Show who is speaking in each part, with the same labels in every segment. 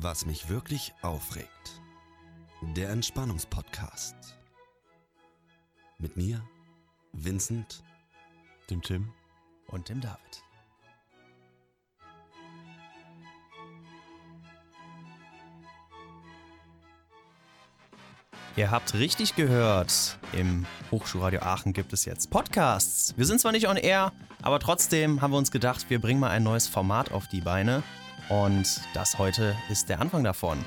Speaker 1: was mich wirklich aufregt. Der Entspannungspodcast. Mit mir, Vincent
Speaker 2: Dem Tim.
Speaker 3: und dem David. Ihr habt richtig gehört. Im Hochschulradio Aachen gibt es jetzt Podcasts. Wir sind zwar nicht on air, aber trotzdem haben wir uns gedacht, wir bringen mal ein neues Format auf die Beine. Und das heute ist der Anfang davon.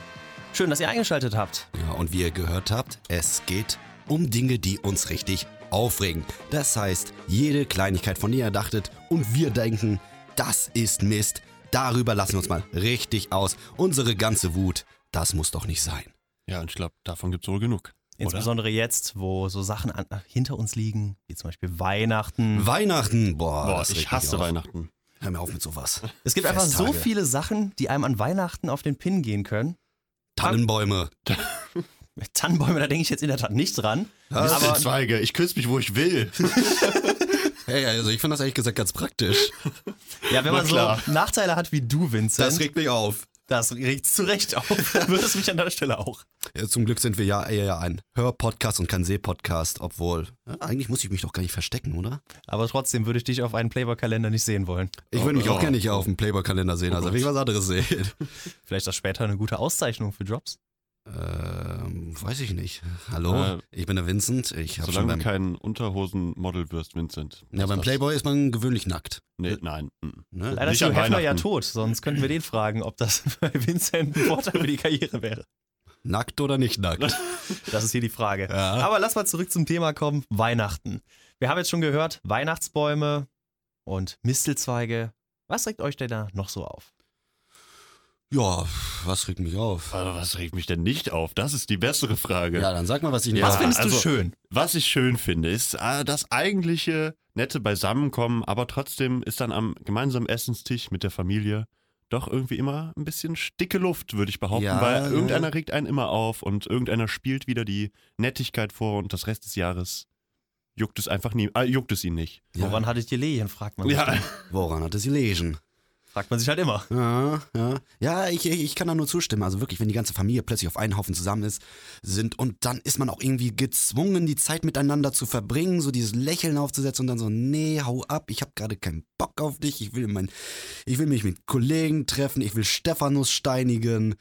Speaker 3: Schön, dass ihr eingeschaltet habt.
Speaker 1: Ja, und wie ihr gehört habt, es geht um Dinge, die uns richtig aufregen. Das heißt, jede Kleinigkeit, von der ihr dachtet und wir denken, das ist Mist, darüber lassen wir uns mal richtig aus. Unsere ganze Wut, das muss doch nicht sein.
Speaker 2: Ja, und ich glaube, davon gibt es wohl genug. Oder?
Speaker 3: Insbesondere jetzt, wo so Sachen an, hinter uns liegen, wie zum Beispiel Weihnachten.
Speaker 1: Weihnachten, boah,
Speaker 2: Boah,
Speaker 1: das regt
Speaker 2: ich
Speaker 1: mich
Speaker 2: hasse
Speaker 1: auf.
Speaker 2: Weihnachten.
Speaker 1: Hör mir auf mit sowas.
Speaker 3: Es gibt einfach so
Speaker 1: Festtage.
Speaker 3: viele Sachen, die einem an Weihnachten auf den Pin gehen können.
Speaker 1: Tannenbäume.
Speaker 3: Tannenbäume, da denke ich jetzt in der Tat nicht dran.
Speaker 1: Das
Speaker 3: aber
Speaker 2: Zweige, ich küsse mich, wo ich will.
Speaker 1: Hey, also ich finde das ehrlich gesagt ganz praktisch.
Speaker 3: ja, wenn man
Speaker 2: Na
Speaker 3: so
Speaker 2: klar.
Speaker 3: Nachteile hat wie du, Vincent,
Speaker 1: Das regt mich auf.
Speaker 3: das regt zu Recht auf. Würde es mich an der Stelle auch.
Speaker 1: Ja, Zum Glück sind wir ja eher ja ein Hör-Podcast und kein Seh-Podcast, obwohl, ja, eigentlich muss ich mich doch gar nicht verstecken, oder?
Speaker 3: Aber trotzdem würde ich dich auf einen Playboy-Kalender nicht sehen wollen.
Speaker 1: Ich
Speaker 2: Oh
Speaker 1: würde mich auch
Speaker 2: Gott.
Speaker 1: gerne nicht auf dem Playboy-Kalender sehen, also
Speaker 2: Oh
Speaker 1: will ich was anderes sehen.
Speaker 3: Vielleicht ist das später eine gute Auszeichnung für Jobs.
Speaker 1: Ähm, weiß ich nicht. Hallo,
Speaker 2: Äh,
Speaker 1: ich bin der Vincent. Ich habe schon
Speaker 2: Solange du
Speaker 1: beim,
Speaker 2: kein Unterhosen-Model wirst, Vincent.
Speaker 1: ja, beim
Speaker 2: Das-
Speaker 1: Playboy ist man gewöhnlich nackt.
Speaker 2: Nee, nein. mm.
Speaker 1: Ne?
Speaker 3: Leider ist Hugh
Speaker 2: Nicht an
Speaker 3: Hefner
Speaker 2: Weihnachten.
Speaker 3: ja tot, sonst könnten wir den fragen, ob das bei Vincent ein Vorteil für die Karriere wäre.
Speaker 1: Nackt oder nicht nackt?
Speaker 3: Das ist hier die Frage.
Speaker 1: Ja.
Speaker 3: Aber lass mal zurück zum Thema kommen, Weihnachten. Wir haben jetzt schon gehört, Weihnachtsbäume und Mistelzweige. Was regt euch denn da noch so auf?
Speaker 1: ja, was regt mich auf?
Speaker 2: Also, was regt mich denn nicht auf? Das ist die bessere Frage.
Speaker 1: Ja, dann sag mal, was ich nicht
Speaker 2: Ja.
Speaker 3: Was findest
Speaker 2: also-
Speaker 3: du schön?
Speaker 2: Was ich schön finde, ist äh, das eigentliche nette Beisammenkommen, aber trotzdem ist dann am gemeinsamen Essenstisch mit der Familie doch irgendwie immer ein bisschen dicke Luft, würde ich behaupten,
Speaker 1: Ja, ja.
Speaker 2: weil irgendeiner regt einen immer auf und irgendeiner spielt wieder die Nettigkeit vor und das Rest des Jahres juckt es einfach nie, äh, juckt es ihn nicht.
Speaker 3: Woran hattet ihr Lehen, fragt man, sich dann.
Speaker 1: Woran hat es gelegen?
Speaker 3: fragt man sich halt immer.
Speaker 1: Ja, ja. ja ich, ich ich kann da nur zustimmen. Also wirklich, wenn die ganze Familie plötzlich auf einen Haufen zusammen ist, sind und dann ist man auch irgendwie gezwungen, die Zeit miteinander zu verbringen, so dieses Lächeln aufzusetzen und dann so, nee, hau ab, ich habe gerade keinen Bock auf dich, ich will mein, ich will mich mit Kollegen treffen, ich will Stephanus steinigen.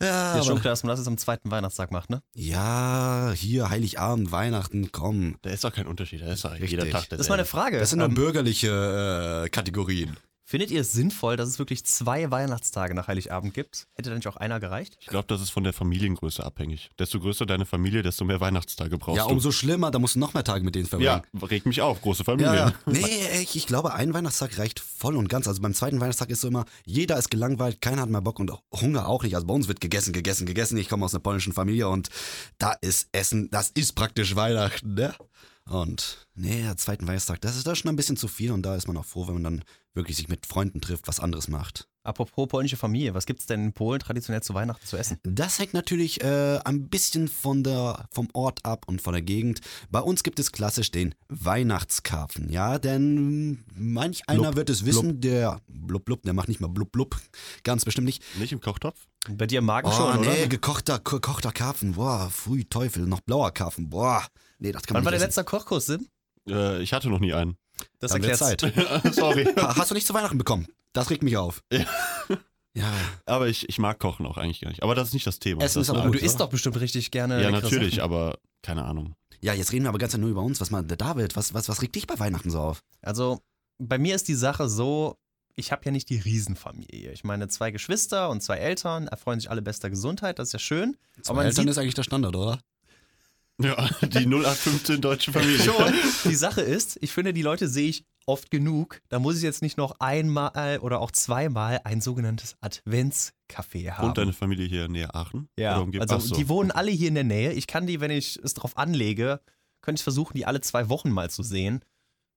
Speaker 1: Ja,
Speaker 3: Ist schon
Speaker 1: aber,
Speaker 3: klar, dass man das jetzt am zweiten Weihnachtstag macht, ne?
Speaker 1: ja, hier, Heiligabend, Weihnachten, komm.
Speaker 2: Da ist doch kein Unterschied, da ist doch
Speaker 1: Richtig.
Speaker 2: jeder Tag
Speaker 3: Das ist meine Frage.
Speaker 1: Das sind nur
Speaker 3: Ähm,
Speaker 1: bürgerliche äh, Kategorien.
Speaker 3: findet ihr es sinnvoll, dass es wirklich zwei Weihnachtstage nach Heiligabend gibt? Hätte dann nicht auch einer gereicht?
Speaker 2: Ich glaube, das ist von der Familiengröße abhängig. Desto größer deine Familie, desto mehr Weihnachtstage brauchst
Speaker 1: Ja,
Speaker 2: du.
Speaker 1: umso schlimmer, da musst du noch mehr Tage mit denen verbringen.
Speaker 2: ja, regt mich auf, große Familie.
Speaker 1: Ja, ja. Nee, ich, ich glaube, ein Weihnachtstag reicht voll und ganz. Also beim zweiten Weihnachtstag ist so immer, jeder ist gelangweilt, keiner hat mehr Bock und auch Hunger auch nicht. Also bei uns wird gegessen, gegessen, gegessen. Ich komme aus einer polnischen Familie und da ist Essen, das ist praktisch Weihnachten, ne? Und nee, der zweiten Weihnachtstag, das ist da schon ein bisschen zu viel und da ist man auch froh, wenn man dann wirklich sich mit Freunden trifft, was anderes macht.
Speaker 3: Apropos polnische Familie, was gibt's denn in Polen traditionell zu Weihnachten zu essen?
Speaker 1: Das hängt natürlich äh, ein bisschen von der, vom Ort ab und von der Gegend. Bei uns gibt es klassisch den Weihnachtskarpfen, ja, denn manch einer
Speaker 2: Blub,
Speaker 1: wird es wissen, der blub blub, der macht nicht mal blub blub, ganz bestimmt nicht.
Speaker 2: Nicht im Kochtopf?
Speaker 3: Bei dir im Magen
Speaker 1: Oh
Speaker 3: schon,
Speaker 1: nee,
Speaker 3: oder?
Speaker 1: gekochter, gekochter Karpfen, boah, früh Teufel, noch blauer Karpfen, boah, nee, das kann man
Speaker 3: Wann war der
Speaker 1: nicht
Speaker 3: letzte Kochkurs, Sim?
Speaker 2: Äh, ich hatte noch nie einen.
Speaker 3: Das
Speaker 1: Dann wird's
Speaker 3: erklärt's.
Speaker 1: Zeit.
Speaker 2: Sorry.
Speaker 1: Ha- Hast du nicht zu Weihnachten bekommen? Das regt mich auf. Ja,
Speaker 2: Aber ich, ich mag Kochen auch eigentlich gar nicht. Aber das ist nicht das Thema.
Speaker 1: Essen
Speaker 2: das
Speaker 1: ist aber
Speaker 2: eine
Speaker 3: Aber du
Speaker 1: gut,
Speaker 2: andere
Speaker 3: isst doch bestimmt richtig gerne.
Speaker 2: Sache. Ja,
Speaker 3: leckere
Speaker 2: natürlich,
Speaker 3: Sachen.
Speaker 2: aber keine Ahnung.
Speaker 1: ja, jetzt reden wir aber ganz nur über uns. Was mal, der David, was, was, was regt dich bei Weihnachten so auf?
Speaker 3: Also bei mir ist die Sache so, ich habe ja nicht die Riesenfamilie. Ich meine, zwei Geschwister und zwei Eltern erfreuen sich alle bester Gesundheit, das ist ja schön. aber man
Speaker 1: Eltern
Speaker 3: sieht
Speaker 1: ist eigentlich der Standard, oder?
Speaker 2: Ja, die 0815 deutsche Familie.
Speaker 3: schon, die Sache ist, ich finde, die Leute sehe ich oft genug. Da muss ich jetzt nicht noch einmal oder auch zweimal ein sogenanntes Adventscafé haben.
Speaker 2: Und deine Familie hier näher Aachen?
Speaker 3: ja,
Speaker 2: Oder umgeben-
Speaker 3: also
Speaker 2: Ach so.
Speaker 3: die wohnen alle hier in der Nähe. Ich kann die, wenn ich es drauf anlege, könnte ich versuchen, die alle zwei Wochen mal zu sehen.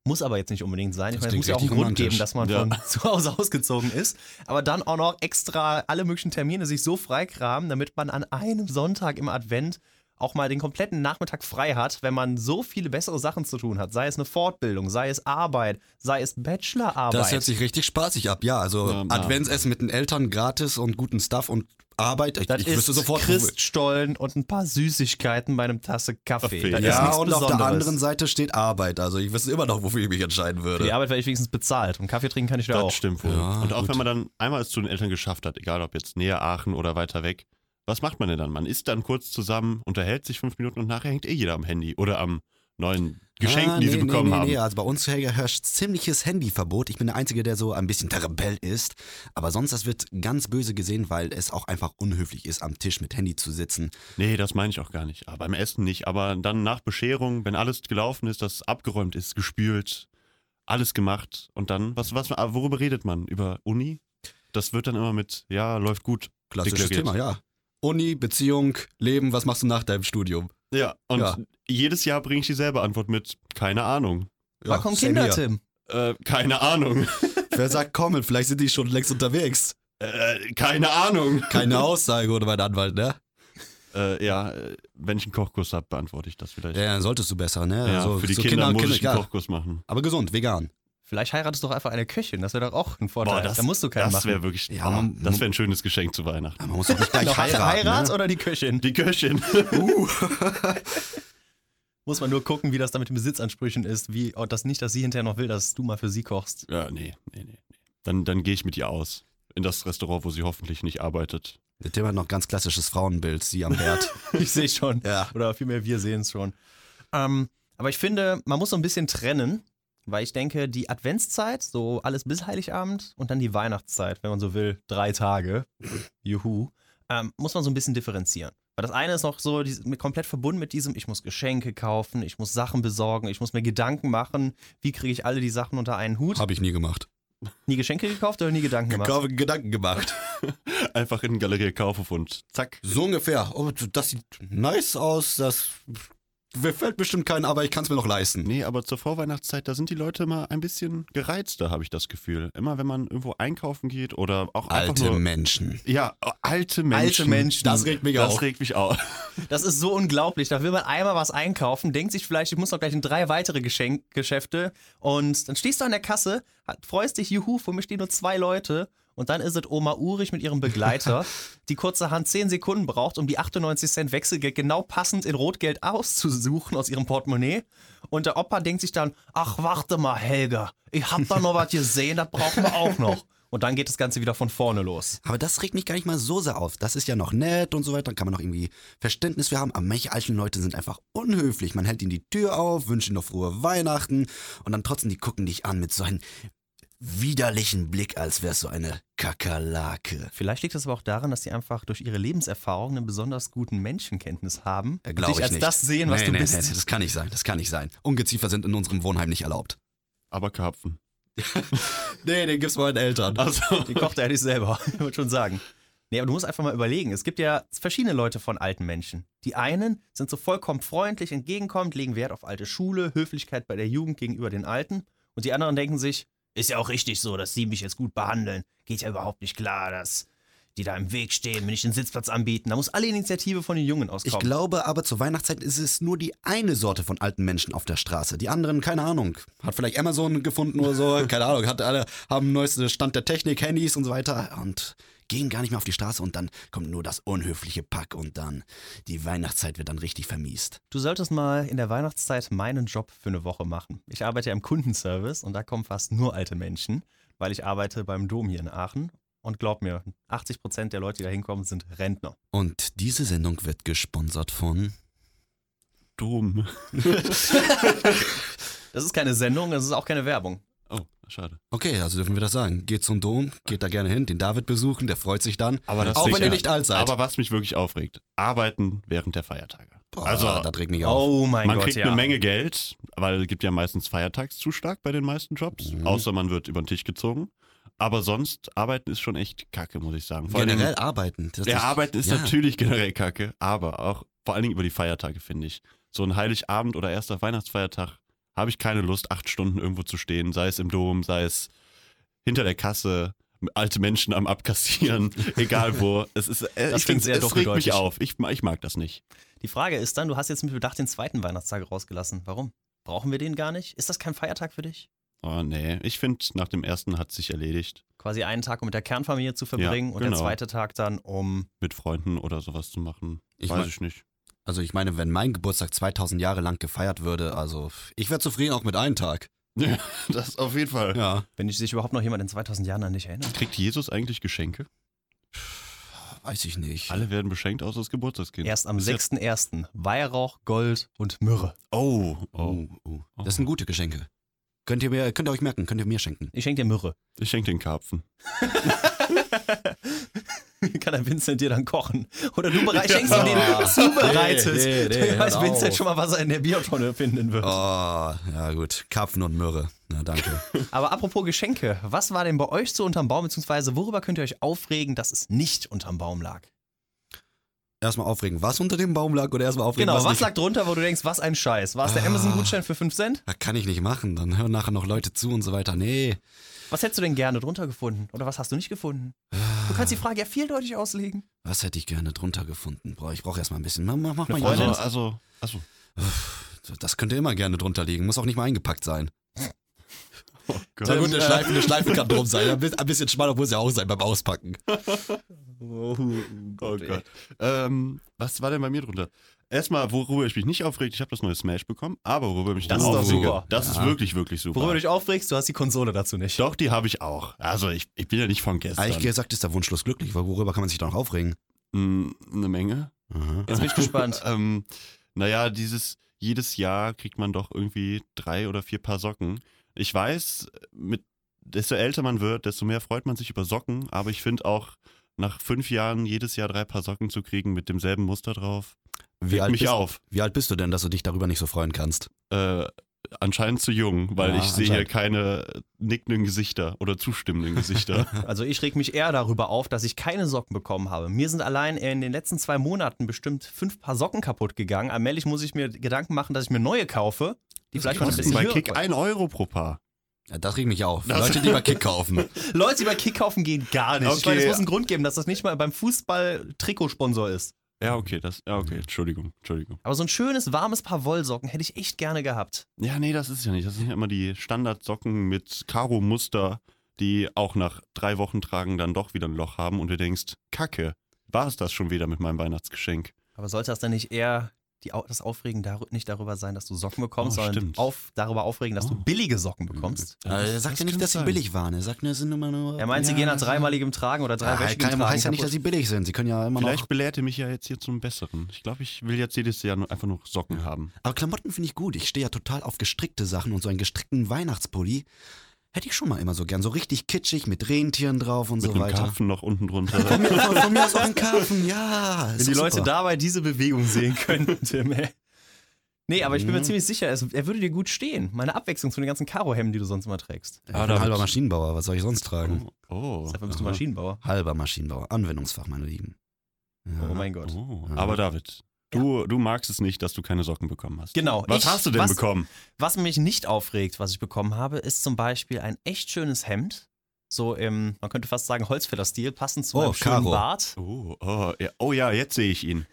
Speaker 3: Muss aber jetzt nicht unbedingt sein. Ich
Speaker 1: Das
Speaker 3: meine, es
Speaker 1: klingt
Speaker 3: muss ja auch
Speaker 1: richtig
Speaker 3: einen Grund geben,
Speaker 1: romantisch.
Speaker 3: dass man
Speaker 2: Ja.
Speaker 3: von zu Hause ausgezogen ist. Aber dann auch noch extra alle möglichen Termine sich so freikramen, damit man an einem Sonntag im Advent auch mal den kompletten Nachmittag frei hat, wenn man so viele bessere Sachen zu tun hat. Sei es eine Fortbildung, sei es Arbeit, sei es Bachelorarbeit.
Speaker 1: Das hört sich richtig spaßig ab, ja. Also
Speaker 2: Ja, na.
Speaker 1: Adventsessen mit den Eltern gratis und guten Stuff und Arbeit. Ich,
Speaker 3: das
Speaker 1: ich
Speaker 3: ist
Speaker 1: wüsste sofort.
Speaker 3: Christstollen und ein paar Süßigkeiten bei einem Tasse Kaffee.
Speaker 2: Kaffee.
Speaker 3: Das ist
Speaker 1: ja,
Speaker 3: nichts
Speaker 1: und auf der
Speaker 3: Besonderes.
Speaker 1: anderen Seite steht Arbeit. Also ich wüsste immer noch, wofür ich mich entscheiden
Speaker 3: Für
Speaker 1: würde.
Speaker 3: die Arbeit werde ich wenigstens bezahlt. Und Kaffee trinken kann ich da
Speaker 2: Das
Speaker 3: auch.
Speaker 2: stimmt wohl.
Speaker 1: Ja,
Speaker 2: und auch
Speaker 1: gut.
Speaker 2: wenn man dann einmal es zu den Eltern geschafft hat, egal ob jetzt näher Aachen oder weiter weg, was macht man denn dann? Man isst dann kurz zusammen, unterhält sich fünf Minuten und nachher hängt eh jeder am Handy oder am neuen Geschenken,
Speaker 1: Ah,
Speaker 2: die sie
Speaker 1: nee,
Speaker 2: bekommen
Speaker 1: nee, nee,
Speaker 2: haben.
Speaker 1: Nee, also bei uns her- herrscht ziemliches Handyverbot. Ich bin der Einzige, der so ein bisschen der Rebell ist. Aber sonst, das wird ganz böse gesehen, weil es auch einfach unhöflich ist, am Tisch mit Handy zu sitzen.
Speaker 2: Nee, das meine ich auch gar nicht. Aber beim Essen nicht. Aber dann nach Bescherung, wenn alles gelaufen ist, das abgeräumt ist, gespült, alles gemacht und dann, was, was, ah, worüber redet man? Über Uni? Das wird dann immer mit, ja, läuft gut.
Speaker 1: Klassisches
Speaker 2: Deklariert.
Speaker 1: Thema, ja. Uni, Beziehung, Leben, was machst du nach deinem Studium?
Speaker 2: Ja, und
Speaker 1: Ja.
Speaker 2: jedes Jahr bringe ich dieselbe Antwort mit, keine Ahnung.
Speaker 1: Ja,
Speaker 3: Wann kommen
Speaker 1: same
Speaker 3: Kinder,
Speaker 1: here.
Speaker 3: Tim?
Speaker 2: Äh, keine Ahnung.
Speaker 1: Wer sagt kommen? Vielleicht sind die schon längst unterwegs.
Speaker 2: Äh, keine Ahnung.
Speaker 1: Keine Aussage oder mein Anwalt, ne?
Speaker 2: Äh, ja, äh, wenn ich einen Kochkurs habe, beantworte ich das vielleicht. Ja,
Speaker 1: Ja, dann solltest du besser, ne?
Speaker 2: für die Kinder, muss ich
Speaker 1: ja.
Speaker 2: einen Kochkurs machen.
Speaker 1: Aber gesund, vegan.
Speaker 3: Vielleicht heiratest du doch einfach eine Köchin. Das wäre doch auch ein Vorteil.
Speaker 2: Boah, das-
Speaker 3: da musst du keinen
Speaker 2: Das
Speaker 3: machen.
Speaker 2: wäre wirklich,
Speaker 1: Ja,
Speaker 2: boah,
Speaker 1: man-
Speaker 2: das wäre ein schönes Geschenk zu Weihnachten.
Speaker 1: Aber man muss doch nicht
Speaker 3: Noch
Speaker 1: gleich
Speaker 3: Heirat,
Speaker 1: heiraten.
Speaker 3: Heirat
Speaker 1: ne?
Speaker 3: oder die Köchin?
Speaker 2: Die Köchin.
Speaker 3: Muss man nur gucken, wie das da mit den Besitzansprüchen ist. Wie, oh, das nicht, dass sie hinterher noch will, dass du mal für sie kochst.
Speaker 2: Ja, nee, nee, nee. nee. Dann, dann gehe ich mit ihr aus. In das Restaurant, wo sie hoffentlich nicht arbeitet.
Speaker 1: Der Tim hat noch ganz klassisches Frauenbild, sie am Herd.
Speaker 3: Ich sehe schon.
Speaker 1: ja.
Speaker 3: Oder vielmehr, wir sehen es schon. Ähm, aber ich finde, man muss so ein bisschen trennen, weil ich denke, die Adventszeit, so alles bis Heiligabend und dann die Weihnachtszeit, wenn man so will, drei Tage, juhu, ähm, muss man so ein bisschen differenzieren. Weil das eine ist noch so dies- mit- komplett verbunden mit diesem, ich muss Geschenke kaufen, ich muss Sachen besorgen, ich muss mir Gedanken machen, wie kriege ich alle die Sachen unter einen Hut.
Speaker 1: Habe ich nie gemacht.
Speaker 3: Nie Geschenke gekauft oder nie Gedanken gemacht?
Speaker 1: Gekau- Gedanken gemacht.
Speaker 2: Einfach in Galerie Kaufhof und zack.
Speaker 1: So ungefähr. Oh, das sieht nice aus, das gefällt bestimmt keinen, aber ich kann es mir noch leisten.
Speaker 2: Nee, aber zur Vorweihnachtszeit, da sind die Leute immer ein bisschen gereizter, habe ich das Gefühl. Immer wenn man irgendwo einkaufen geht oder auch einfach
Speaker 1: Alte
Speaker 2: nur...
Speaker 1: Menschen.
Speaker 2: Ja, äh, alte Menschen.
Speaker 3: Menschen.
Speaker 1: Das regt mich
Speaker 2: Das
Speaker 1: auf.
Speaker 2: regt mich auf.
Speaker 3: Das ist so unglaublich. Da will man einmal was einkaufen, denkt sich vielleicht, ich muss noch gleich in drei weitere Geschenk Geschäfte. Und dann stehst du an der Kasse, hat- freust dich, juhu, vor mir stehen nur zwei Leute. Und dann ist es Oma Urich mit ihrem Begleiter, die kurzerhand 10 Sekunden braucht, um die 98 Cent Wechselgeld genau passend in Rotgeld auszusuchen aus ihrem Portemonnaie. Und der Opa denkt sich dann, ach, warte mal, Helga, ich hab da noch was gesehen, das brauchen wir auch noch. Und dann geht das Ganze wieder von vorne los.
Speaker 1: Aber das regt mich gar nicht mal so sehr auf. Das ist ja noch nett und so weiter, dann kann man noch irgendwie Verständnis für haben. Aber manche alten Leute sind einfach unhöflich. Man hält ihnen die Tür auf, wünscht ihnen noch frohe Weihnachten und dann trotzdem, die gucken dich an mit so einem widerlichen Blick, als wär's so eine Kakerlake.
Speaker 3: Vielleicht liegt es aber auch daran, dass sie einfach durch ihre Lebenserfahrung eine besonders guten Menschenkenntnis haben.
Speaker 1: Äh,
Speaker 3: und
Speaker 1: glaub
Speaker 3: dich
Speaker 1: ich
Speaker 3: als
Speaker 1: nicht.
Speaker 3: das sehen, was
Speaker 1: nee,
Speaker 3: du
Speaker 1: nee,
Speaker 3: bist.
Speaker 1: Nee, nee, das kann nicht sein, das kann nicht sein. Ungeziefer sind in unserem Wohnheim nicht erlaubt.
Speaker 2: Aber Karpfen.
Speaker 1: Nee, den gibt's meinen Eltern.
Speaker 2: Also,
Speaker 3: Die kocht er eigentlich selber, ich würde schon sagen. Nee, aber du musst einfach mal überlegen. Es gibt ja verschiedene Leute von alten Menschen. Die einen sind so vollkommen freundlich, entgegenkommend, legen Wert auf alte Schule, Höflichkeit bei der Jugend gegenüber den Alten. Und die anderen denken sich, ist ja auch richtig so, dass sie mich jetzt gut behandeln. Geht ja überhaupt nicht klar, dass die da im Weg stehen, mir nicht den Sitzplatz anbieten. Da muss alle Initiative von den Jungen auskommen.
Speaker 1: Ich glaube aber, zur Weihnachtszeit ist es nur die eine Sorte von alten Menschen auf der Straße. Die anderen, keine Ahnung. Hat vielleicht Amazon gefunden oder so, keine Ahnung. Hat alle, haben den neuesten Stand der Technik, Handys und so weiter und gehen gar nicht mehr auf die Straße und dann kommt nur das unhöfliche Pack und dann die Weihnachtszeit wird dann richtig vermiest.
Speaker 3: Du solltest mal in der Weihnachtszeit meinen Job für eine Woche machen. Ich arbeite ja im Kundenservice und da kommen fast nur alte Menschen, weil ich arbeite beim Dom hier in Aachen. Und glaub mir, 80 Prozent der Leute, die da hinkommen, sind Rentner.
Speaker 1: Und diese Sendung wird gesponsert von.
Speaker 2: dumm.
Speaker 3: Das ist keine Sendung, das ist auch keine Werbung.
Speaker 2: Oh, schade.
Speaker 1: Okay, also dürfen wir das sagen. Geht zum Dom, geht da gerne hin, den David besuchen, der freut sich dann.
Speaker 2: Aber das
Speaker 1: auch
Speaker 2: sehe
Speaker 1: wenn
Speaker 2: ich
Speaker 1: ihr
Speaker 2: ja.
Speaker 1: nicht alt seid.
Speaker 2: Aber was mich wirklich aufregt, arbeiten während der Feiertage.
Speaker 1: Boah,
Speaker 2: also,
Speaker 1: das regt mich auf.
Speaker 3: Oh mein
Speaker 2: man
Speaker 3: Gott,
Speaker 2: kriegt
Speaker 3: ja.
Speaker 2: eine Menge Geld, weil es gibt ja meistens Feiertagszuschlag bei den meisten Jobs,
Speaker 1: Mhm.
Speaker 2: außer man wird über den Tisch gezogen. Aber sonst, arbeiten ist schon echt kacke, muss ich sagen. Vor
Speaker 1: Generell
Speaker 2: allem,
Speaker 1: arbeiten. Das
Speaker 2: ja, arbeiten ist
Speaker 1: ja.
Speaker 2: natürlich generell kacke, aber auch vor allen Dingen über die Feiertage, finde ich. So ein Heiligabend oder erster Weihnachtsfeiertag habe ich keine Lust, acht Stunden irgendwo zu stehen, sei es im Dom, sei es hinter der Kasse alte Menschen am Abkassieren, egal wo. Es ist, äh,
Speaker 3: Das
Speaker 2: ich
Speaker 3: klingt
Speaker 2: find's-
Speaker 3: sehr
Speaker 2: es regt
Speaker 3: doppeldeutig.
Speaker 2: mich auf. Ich, ich mag das nicht.
Speaker 3: Die Frage ist dann, du hast jetzt mit Bedacht den zweiten Weihnachtstag rausgelassen. Warum? Brauchen wir den gar nicht? Ist das kein Feiertag für dich?
Speaker 2: Oh nee, ich finde, nach dem ersten hat sich erledigt.
Speaker 3: Quasi einen Tag, um mit der Kernfamilie zu verbringen und der
Speaker 2: genau.
Speaker 3: zweite Tag dann, um
Speaker 2: Mit Freunden oder sowas zu machen.
Speaker 1: Ich
Speaker 2: Weiß
Speaker 1: mein-
Speaker 2: ich nicht.
Speaker 1: Also ich meine, wenn mein Geburtstag 2000 Jahre lang gefeiert würde, also ich wäre zufrieden auch mit einem Tag.
Speaker 2: Das auf jeden Fall.
Speaker 1: Ja.
Speaker 3: Wenn ich sich überhaupt noch jemand in 2000 Jahren an dich erinnert.
Speaker 2: Kriegt Jesus eigentlich Geschenke?
Speaker 1: Weiß ich nicht.
Speaker 2: Alle werden beschenkt, außer das Geburtstagskind.
Speaker 1: Genau.
Speaker 3: Erst am
Speaker 2: Ist ja-
Speaker 3: 6.1. Weihrauch, Gold und Myrrhe.
Speaker 2: Oh, oh.
Speaker 1: Oh, oh. Das sind gute Geschenke. Könnt ihr, mir, könnt ihr euch merken, könnt ihr mir schenken.
Speaker 3: Ich schenke dir Myrrhe.
Speaker 2: Ich schenke den Karpfen.
Speaker 3: Kann der Vincent dir dann kochen? Oder du bereit, schenkst
Speaker 2: Ja.
Speaker 3: ihm den zubereitet.
Speaker 1: Nee, nee, nee,
Speaker 3: dann weiß
Speaker 1: hört
Speaker 3: Vincent
Speaker 1: auf.
Speaker 3: schon mal, was er in der Biotonne finden wird.
Speaker 1: Oh, ja gut. Karpfen und Möhre. Na danke.
Speaker 3: Aber apropos Geschenke, was war denn bei euch so unterm Baum, beziehungsweise worüber könnt ihr euch aufregen, dass es nicht unterm Baum lag?
Speaker 1: erstmal aufregen, was unter dem Baum lag oder erstmal aufregen,
Speaker 3: Genau, was,
Speaker 1: was, nicht.
Speaker 3: lag drunter, wo du denkst, was ein Scheiß? War es der
Speaker 1: Ah.
Speaker 3: Amazon-Gutschein für 5 Cent?
Speaker 1: Das kann ich nicht machen, dann hören nachher noch Leute zu und so weiter. Nee.
Speaker 3: Was hättest du denn gerne drunter gefunden? Oder was hast du nicht gefunden? Du kannst die Frage ja vieldeutig auslegen.
Speaker 1: Was hätte ich gerne drunter gefunden? Boah, ich brauche erstmal ein bisschen. Mach, mach, mach mal
Speaker 3: Eine
Speaker 2: Also,
Speaker 3: Freundin?
Speaker 1: jemand.
Speaker 2: also, also.
Speaker 1: Das könnte immer gerne drunter liegen, muss auch nicht mal eingepackt sein.
Speaker 2: Oh Gott.
Speaker 1: Na gut, eine Schleife,
Speaker 3: äh,
Speaker 1: eine Schleife kann drum sein. Ein bi- Ein bisschen schmaler muss ja auch sein beim Auspacken.
Speaker 2: Oh, Gott. Ähm, was war denn bei mir drunter? Erstmal, worüber ich mich nicht aufregt, ich habe das neue Smash bekommen, aber worüber mich
Speaker 3: Das
Speaker 2: dann
Speaker 3: ist doch
Speaker 2: aufrege,
Speaker 3: super.
Speaker 2: Das ist wirklich, wirklich super.
Speaker 3: Worüber du dich aufregst, du hast die Konsole dazu nicht.
Speaker 2: Doch, die habe ich auch. Also ich, ich bin ja
Speaker 3: Ah,
Speaker 2: nicht von gestern.
Speaker 1: Ehrlich gesagt ist der Wunschlos glücklich, weil worüber kann man sich da noch aufregen?
Speaker 2: Mm, eine Menge.
Speaker 1: Aha.
Speaker 3: Jetzt bin ich gespannt.
Speaker 2: ähm, naja, dieses, jedes Jahr kriegt man doch irgendwie drei oder vier Paar Socken. Ich weiß, mit, desto älter man wird, desto mehr freut man sich über Socken, aber ich finde auch, nach fünf Jahren jedes Jahr drei Paar Socken zu kriegen mit demselben Muster drauf,
Speaker 1: Wie,
Speaker 2: regt
Speaker 1: alt
Speaker 2: mich
Speaker 1: bist,
Speaker 2: auf.
Speaker 1: wie alt bist du denn, dass du dich darüber nicht so freuen kannst?
Speaker 2: Äh, anscheinend zu jung, weil
Speaker 1: Ja,
Speaker 2: ich sehe hier
Speaker 1: anscheinend.
Speaker 2: keine nickenden Gesichter oder zustimmenden Gesichter.
Speaker 3: Also ich reg mich eher darüber auf, dass ich keine Socken bekommen habe. Mir sind allein in den letzten zwei Monaten bestimmt fünf Paar Socken kaputt gegangen. Allmählich muss ich mir Gedanken machen, dass ich mir neue kaufe, die vielleicht noch ein bisschen
Speaker 2: Bei
Speaker 3: höher
Speaker 2: Kick ein Euro pro Paar.
Speaker 1: Ja, das regt mich auf.
Speaker 2: Das-
Speaker 1: Leute, die mal Kick kaufen. Äh,
Speaker 3: Leute, die bei Kick kaufen gehen, gar nicht. Ich
Speaker 2: Okay.
Speaker 3: meine, es muss einen Grund geben, dass das nicht mal beim Fußball Trikotsponsor ist.
Speaker 2: Ja, okay, das. Ja, okay, Entschuldigung, Entschuldigung.
Speaker 3: Aber so ein schönes, warmes Paar Wollsocken hätte ich echt gerne gehabt.
Speaker 2: Ja, nee, das ist ja nicht. Das sind ja immer die Standardsocken mit Karo-Muster, die auch nach drei Wochen tragen dann doch wieder ein Loch haben und du denkst, Kacke, war es das schon wieder mit meinem Weihnachtsgeschenk?
Speaker 3: Aber sollte das dann nicht eher die, Au- das Aufregen dar nicht darüber sein, dass du Socken bekommst,
Speaker 2: Oh,
Speaker 3: sondern
Speaker 2: stimmt.
Speaker 3: auf, darüber aufregen, dass
Speaker 2: Oh. Mhm.
Speaker 3: du billige Socken bekommst?
Speaker 1: Er sagt ja Äh, nicht,
Speaker 2: kann
Speaker 1: dass sie
Speaker 2: sein.
Speaker 1: billig waren. Er sagt, ne, sind nur mal nur.
Speaker 3: Er meint, sie
Speaker 1: Ja,
Speaker 3: gehen nach
Speaker 1: so-
Speaker 3: dreimaligem Tragen oder
Speaker 1: Ja,
Speaker 3: dreiwöchigem
Speaker 1: kann,
Speaker 3: Tragen.
Speaker 1: heißt ja nicht, dass
Speaker 3: kaputt.
Speaker 1: sie billig sind. Sie können ja immer
Speaker 2: Vielleicht
Speaker 1: noch.
Speaker 2: belehrt er mich ja jetzt hier zum Besseren. Ich glaube, ich will jetzt jedes Jahr nur einfach nur Socken haben.
Speaker 1: Aber Klamotten finde ich gut. Ich stehe ja total auf gestrickte Sachen und so einen gestrickten Weihnachtspulli hätte ich schon mal immer so gern. So richtig kitschig mit Rentieren drauf und
Speaker 2: Mit
Speaker 1: so
Speaker 2: einem
Speaker 1: weiter.
Speaker 2: Karpfen noch unten
Speaker 1: Von
Speaker 2: drunter.
Speaker 1: mir, von, von mir aus auch ein Karpfen, ja.
Speaker 3: Wenn die Leute dabei diese Bewegung sehen können, Tim, ey. Nee, aber ich bin mir
Speaker 1: Mhm.
Speaker 3: ziemlich sicher, es, er würde dir gut stehen. Meine Abwechslung zu den ganzen Karohemden, die du sonst immer trägst.
Speaker 1: Ich bin halber Maschinenbauer, was soll ich sonst tragen?
Speaker 2: Oh.
Speaker 3: Dafür bist du
Speaker 2: aha.
Speaker 3: Maschinenbauer.
Speaker 1: Halber Maschinenbauer, Anwendungsfach, meine Lieben. Ja.
Speaker 3: Oh mein Gott.
Speaker 2: Oh.
Speaker 1: Ja.
Speaker 2: Aber David, du, du magst es nicht, dass du keine Socken bekommen hast.
Speaker 3: Genau.
Speaker 2: Was
Speaker 3: Ich-
Speaker 2: hast du denn
Speaker 3: was-
Speaker 2: bekommen?
Speaker 3: Was mich nicht aufregt, was ich bekommen habe, ist zum Beispiel ein echt schönes Hemd. So im, man könnte fast sagen, Holzfällerstil, passend zu
Speaker 1: Oh,
Speaker 3: meinem schönen
Speaker 1: Karo.
Speaker 3: Bart.
Speaker 2: Oh, oh, ja, oh ja, jetzt sehe ich ihn.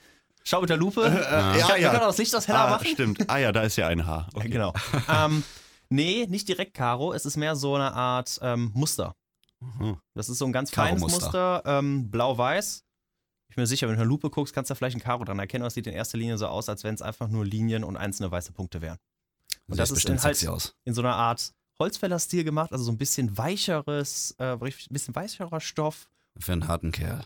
Speaker 3: Schau mit der Lupe.
Speaker 2: Äh,
Speaker 3: Ich kann, Wir können auch das Licht aus heller
Speaker 2: ah,
Speaker 3: machen.
Speaker 2: Stimmt. Ah ja, da ist ja ein Haar.
Speaker 3: Ja, Genau. ähm, nee, nicht direkt Karo. Es ist mehr so eine Art ähm, Muster.
Speaker 1: Mhm.
Speaker 3: Das ist so ein ganz feines
Speaker 1: Karo-Muster.
Speaker 3: Muster, ähm, blau-weiß. Ich bin mir sicher, wenn du in eine Lupe guckst, kannst du da vielleicht ein Karo dran erkennen. Aber es sieht in erster Linie so aus, als wenn es einfach nur Linien und einzelne weiße Punkte wären. Und
Speaker 1: Sieht
Speaker 3: das ist
Speaker 1: bestimmt
Speaker 3: in halt-
Speaker 1: sexy aus.
Speaker 3: In so einer Art Holzfällerstil gemacht, also so ein bisschen weicheres, äh, richtig- ein bisschen weicherer Stoff.
Speaker 1: Für einen harten Kerl.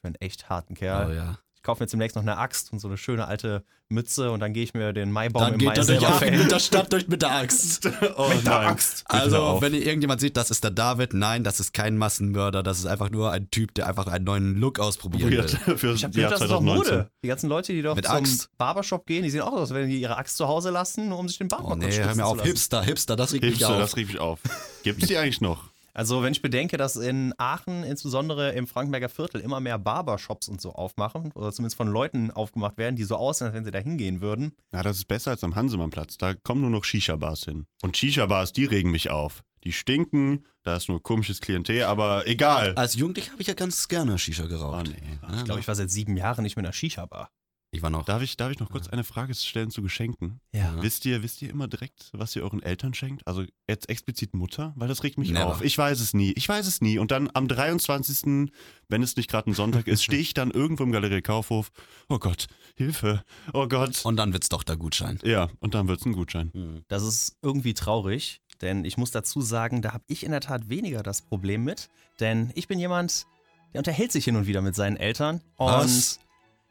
Speaker 3: Für einen echt harten
Speaker 1: Ja.
Speaker 3: Kerl.
Speaker 1: Oh ja.
Speaker 3: Ich kaufe mir jetzt demnächst noch eine Axt und so eine schöne alte Mütze und dann gehe ich mir den Maibaum im Mai
Speaker 1: durch
Speaker 3: selber fällen.
Speaker 1: der Stadt durch mit der Axt.
Speaker 2: Oh, mit der Axt.
Speaker 1: Also, wenn ihr irgendjemand seht, das ist der David, nein, das ist kein Massenmörder, das ist einfach nur ein Typ, der einfach einen neuen Look ausprobieren will.
Speaker 2: für
Speaker 3: Ich habe
Speaker 2: Jahr
Speaker 3: gehört, das ist doch
Speaker 2: 2019.
Speaker 3: Mode. Die ganzen Leute, die doch
Speaker 1: Mit
Speaker 3: zum
Speaker 1: Axt.
Speaker 3: Barbershop gehen, die sehen auch aus, als wenn die ihre Axt zu Hause lassen, nur um sich den Bart
Speaker 1: Oh
Speaker 3: mal kurz
Speaker 1: nee, hör
Speaker 3: stutzen
Speaker 1: mir
Speaker 3: zu
Speaker 1: auf.
Speaker 3: lassen.
Speaker 1: Hipster, Hipster, das regt mich
Speaker 2: Hipster,
Speaker 1: auf.
Speaker 2: das rief ich auf. Gibt es die eigentlich noch?
Speaker 3: Also wenn ich bedenke, dass in Aachen, insbesondere im Frankenberger Viertel, immer mehr Barbershops und so aufmachen, oder zumindest von Leuten aufgemacht werden, die so aussehen, als wenn sie da hingehen würden.
Speaker 2: Ja, das ist besser als am Hansemannplatz. Da kommen nur noch Shisha-Bars hin. Und Shisha-Bars, die regen mich auf. die stinken, da ist nur komisches Klientel, aber egal.
Speaker 1: Als Jugendlicher habe ich ja ganz gerne Shisha
Speaker 2: Oh,
Speaker 3: Ah,
Speaker 1: geraucht.
Speaker 2: nee.
Speaker 1: Ja,
Speaker 3: Ich glaube, ich war seit sieben Jahren nicht mehr in einer Shisha-Bar.
Speaker 1: ich war noch.
Speaker 2: Darf ich, darf ich noch kurz eine Frage stellen zu Geschenken?
Speaker 1: Ja.
Speaker 2: Wisst ihr, wisst ihr immer direkt, was ihr euren Eltern schenkt? Also jetzt explizit Mutter? Weil das regt mich
Speaker 1: Never.
Speaker 2: auf. Ich weiß es nie. Ich weiß es nie. Und dann am 23., wenn es nicht gerade ein Sonntag ist, stehe ich dann irgendwo im Galerie Kaufhof. Oh Gott, Hilfe. Oh Gott.
Speaker 1: Und dann wird's doch der Gutschein.
Speaker 2: ja, und dann wird es ein Gutschein.
Speaker 3: Das ist irgendwie traurig, denn ich muss dazu sagen, da habe ich in der Tat weniger das Problem mit, denn ich bin jemand, der unterhält sich hin und wieder mit seinen Eltern und
Speaker 1: Was?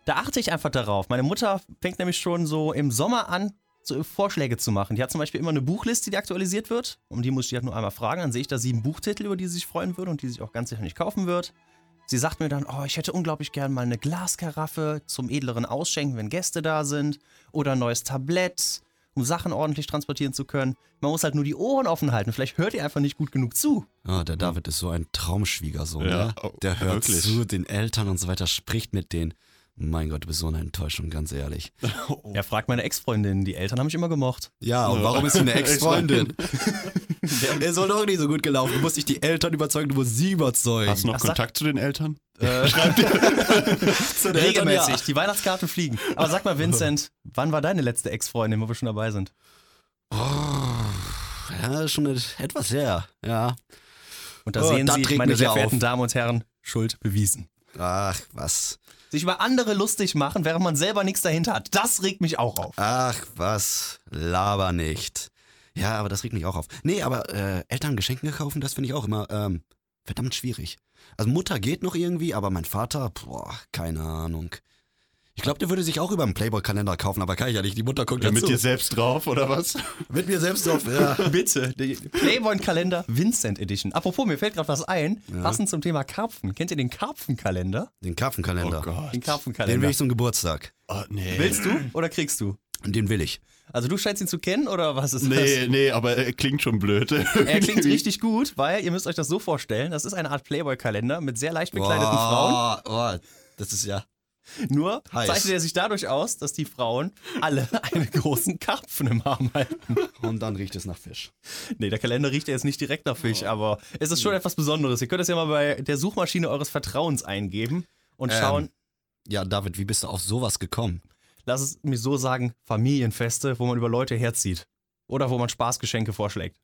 Speaker 3: da achte ich einfach darauf. Meine Mutter fängt nämlich schon so im Sommer an, so Vorschläge zu machen. Die hat zum Beispiel immer eine Buchliste, die aktualisiert wird, um die muss ich die halt nur einmal fragen, dann sehe ich da sieben Buchtitel, über die sie sich freuen würde und die sich auch ganz sicher nicht kaufen wird. Sie sagt mir dann, oh, ich hätte unglaublich gern mal eine Glaskaraffe zum edleren Ausschenken, wenn Gäste da sind. Oder ein neues Tablett, um Sachen ordentlich transportieren zu können. Man muss halt nur die Ohren offen halten. Vielleicht hört ihr einfach nicht gut genug zu.
Speaker 1: Ah, der David ist so ein Traumschwiegersohn.
Speaker 2: Mhm. Ja,
Speaker 1: ne?
Speaker 2: oh,
Speaker 1: Der hört
Speaker 2: wirklich.
Speaker 1: zu den Eltern und so weiter, spricht mit denen. Mein Gott, du bist so eine Enttäuschung, ganz ehrlich.
Speaker 3: Ja, fragt meine Ex-Freundin. Die Eltern haben mich immer gemocht.
Speaker 1: Ja, und
Speaker 2: Ja. ne?
Speaker 1: warum ist sie eine Ex-Freundin? Der ist wohl doch nicht so gut gelaufen. Du musst nicht die Eltern überzeugen, du musst sie überzeugen.
Speaker 2: Hast du noch
Speaker 3: Ach, sag-
Speaker 2: Kontakt zu den Eltern?
Speaker 1: zu den Eltern,
Speaker 3: Regelmäßig.
Speaker 1: ja.
Speaker 3: Die Weihnachtskarten fliegen. Aber sag mal, Vincent, wann war deine letzte Ex-Freundin, wo wir schon dabei sind?
Speaker 1: Oh, ja, schon et- etwas her. Ja.
Speaker 3: Und da
Speaker 1: Oh,
Speaker 3: sehen
Speaker 1: da
Speaker 3: Sie,
Speaker 1: trägt
Speaker 3: meine
Speaker 1: mir sehr
Speaker 3: sehr verehrten
Speaker 1: auf.
Speaker 3: Damen und Herren, Schuld bewiesen.
Speaker 1: Ach, was.
Speaker 3: Sich über andere lustig machen, während man selber nichts dahinter hat. Das regt mich auch auf.
Speaker 1: Ach, was. Laber nicht. Ja, aber das regt mich auch auf. Nee, aber äh, Eltern Geschenke kaufen, das finde ich auch immer ähm, verdammt schwierig. Also Mutter geht noch irgendwie, aber mein Vater, boah, keine Ahnung. Ich glaube, der würde sich auch über einen Playboy-Kalender kaufen, aber kann ich ja nicht. Die Mutter guckt
Speaker 2: Ja, mit
Speaker 1: dazu.
Speaker 2: dir selbst drauf, oder was?
Speaker 1: mit mir selbst drauf, ja.
Speaker 3: Bitte. Playboy-Kalender Vincent Edition. Apropos, mir fällt gerade was ein. Passend zum Thema Karpfen. Kennt ihr den Karpfenkalender?
Speaker 1: Den Karpfenkalender.
Speaker 2: Oh Gott.
Speaker 1: Den
Speaker 3: Den Karpfenkalender.
Speaker 1: will ich zum Geburtstag.
Speaker 2: Oh, nee.
Speaker 3: Genau. Willst du oder kriegst du?
Speaker 1: Den will ich.
Speaker 3: Also du scheinst ihn zu kennen oder was ist
Speaker 2: Nee, nee, aber er klingt schon blöd.
Speaker 3: das? Er klingt richtig gut, weil ihr müsst euch das so vorstellen, das ist eine Art Playboy-Kalender mit sehr leicht bekleideten Frauen.
Speaker 1: Frauen. Oh, das ist ja.
Speaker 3: Nur
Speaker 1: Heiß.
Speaker 3: zeichnet er sich dadurch aus, dass die Frauen alle einen großen Karpfen im Arm halten.
Speaker 1: Und dann riecht es nach Fisch.
Speaker 3: Nee, der Kalender riecht ja jetzt nicht direkt nach
Speaker 1: Oh.
Speaker 3: Fisch, aber es
Speaker 1: Hm.
Speaker 3: ist schon etwas Besonderes. Ihr könnt das ja mal bei der Suchmaschine eures Vertrauens eingeben und
Speaker 1: Ähm,
Speaker 3: schauen,
Speaker 1: Ja, David, wie bist du auf sowas gekommen?
Speaker 3: lass es mich so sagen, Familienfeste, wo man über Leute herzieht. Oder wo man Spaßgeschenke vorschlägt.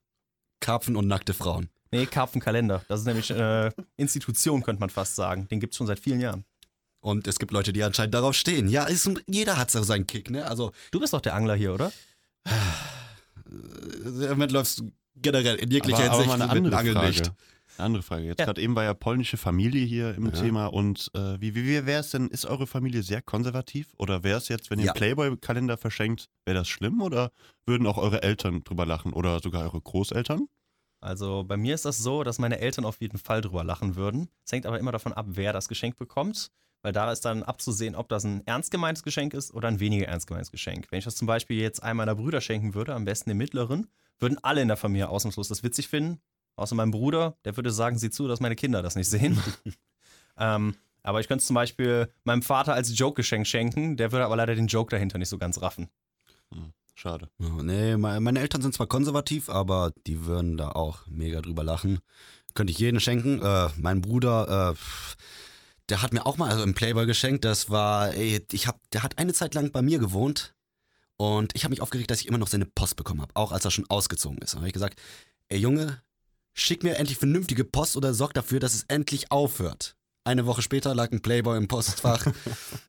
Speaker 1: Karpfen und nackte Frauen.
Speaker 3: Nee, Karpfenkalender. Das ist nämlich äh, Institution, könnte man fast sagen. Den gibt es schon seit vielen Jahren.
Speaker 1: Und es gibt Leute, die anscheinend darauf stehen. Ja, ist, jeder hat so seinen Kick, ne? Also,
Speaker 3: Du bist doch der Angler hier, oder?
Speaker 1: äh, damit läufst du generell in jeglicher
Speaker 2: aber, aber
Speaker 1: Hinsicht
Speaker 2: mal eine
Speaker 1: mit
Speaker 2: andere
Speaker 1: Angeln
Speaker 2: Frage.
Speaker 1: nicht.
Speaker 2: Eine andere Frage. Jetzt
Speaker 3: Ja.
Speaker 2: gerade eben war ja polnische Familie hier im Thema und äh, wie, wie, wie wäre es denn, ist eure Familie sehr konservativ oder wäre es jetzt, wenn ihr
Speaker 1: Ja.
Speaker 2: einen Playboy-Kalender verschenkt, wäre das schlimm oder würden auch eure Eltern drüber lachen oder sogar eure Großeltern?
Speaker 3: Also bei mir ist das so, dass meine Eltern auf jeden Fall drüber lachen würden. Es hängt aber immer davon ab, wer das Geschenk bekommt. Weil da ist dann abzusehen, ob das ein ernst gemeintes Geschenk ist oder ein weniger ernst gemeintes Geschenk. Wenn ich das zum Beispiel jetzt einem meiner Brüder schenken würde, am besten dem mittleren, würden alle in der Familie ausnahmslos das witzig finden. Außer mein Bruder, der würde sagen, sieh zu, dass meine Kinder das nicht sehen. ähm, aber ich könnte es zum Beispiel meinem Vater als Joke-Geschenk schenken, der würde aber leider den Joke dahinter nicht so ganz raffen.
Speaker 2: Schade.
Speaker 1: Oh, Nee, me- meine Eltern sind zwar konservativ, aber die würden da auch mega drüber lachen. Könnte ich jedem schenken. Äh, mein Bruder, äh, der hat mir auch mal einen Playboy geschenkt. Das war, ey, ich hab, der hat eine Zeit lang bei mir gewohnt und ich habe mich aufgeregt, dass ich immer noch seine Post bekommen habe, auch als er schon ausgezogen ist. Da habe ich gesagt, ey Junge, schick mir endlich vernünftige Post oder sorg dafür, dass es endlich aufhört. Eine Woche später lag ein Playboy im Postfach.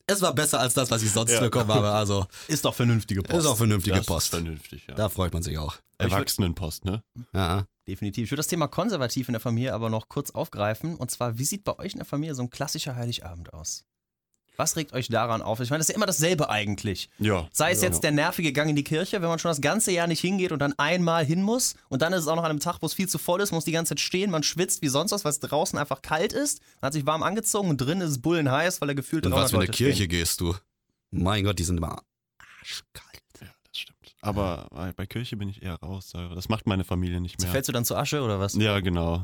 Speaker 1: es war besser als das, was ich sonst
Speaker 2: Ja.
Speaker 1: bekommen habe. Also
Speaker 3: Ist doch vernünftige
Speaker 1: ist
Speaker 3: Post.
Speaker 1: auch vernünftige
Speaker 2: das
Speaker 1: Post.
Speaker 2: ist vernünftig, ja.
Speaker 1: Da freut man sich auch.
Speaker 2: Erwachsenenpost, ne?
Speaker 1: Ja.
Speaker 3: Definitiv. Ich würde das Thema konservativ in der Familie aber noch kurz aufgreifen. Und zwar, wie sieht bei euch in der Familie so ein klassischer Heiligabend aus? Was regt euch daran auf? Ich meine, das ist ja immer dasselbe eigentlich.
Speaker 2: Ja.
Speaker 3: Sei es
Speaker 2: ja.
Speaker 3: jetzt der nervige Gang in die Kirche, wenn man schon das ganze Jahr nicht hingeht und dann einmal hin muss. Und dann ist es auch noch an einem Tag, wo es viel zu voll ist, man muss die ganze Zeit stehen, man schwitzt wie sonst was, weil es draußen einfach kalt ist. Man hat sich warm angezogen und drin ist es bullenheiß, weil er gefühlt
Speaker 1: In
Speaker 3: 300
Speaker 1: was für eine
Speaker 3: Leute
Speaker 1: Kirche
Speaker 3: stehen.
Speaker 1: gehst du? Mein Gott, die sind immer arschkalt.
Speaker 2: Ja, das stimmt. Aber bei- bei Kirche bin ich eher raus. Sarah. Das macht meine Familie nicht mehr.
Speaker 3: Fällst du dann zur Asche oder was?
Speaker 2: Ja, genau.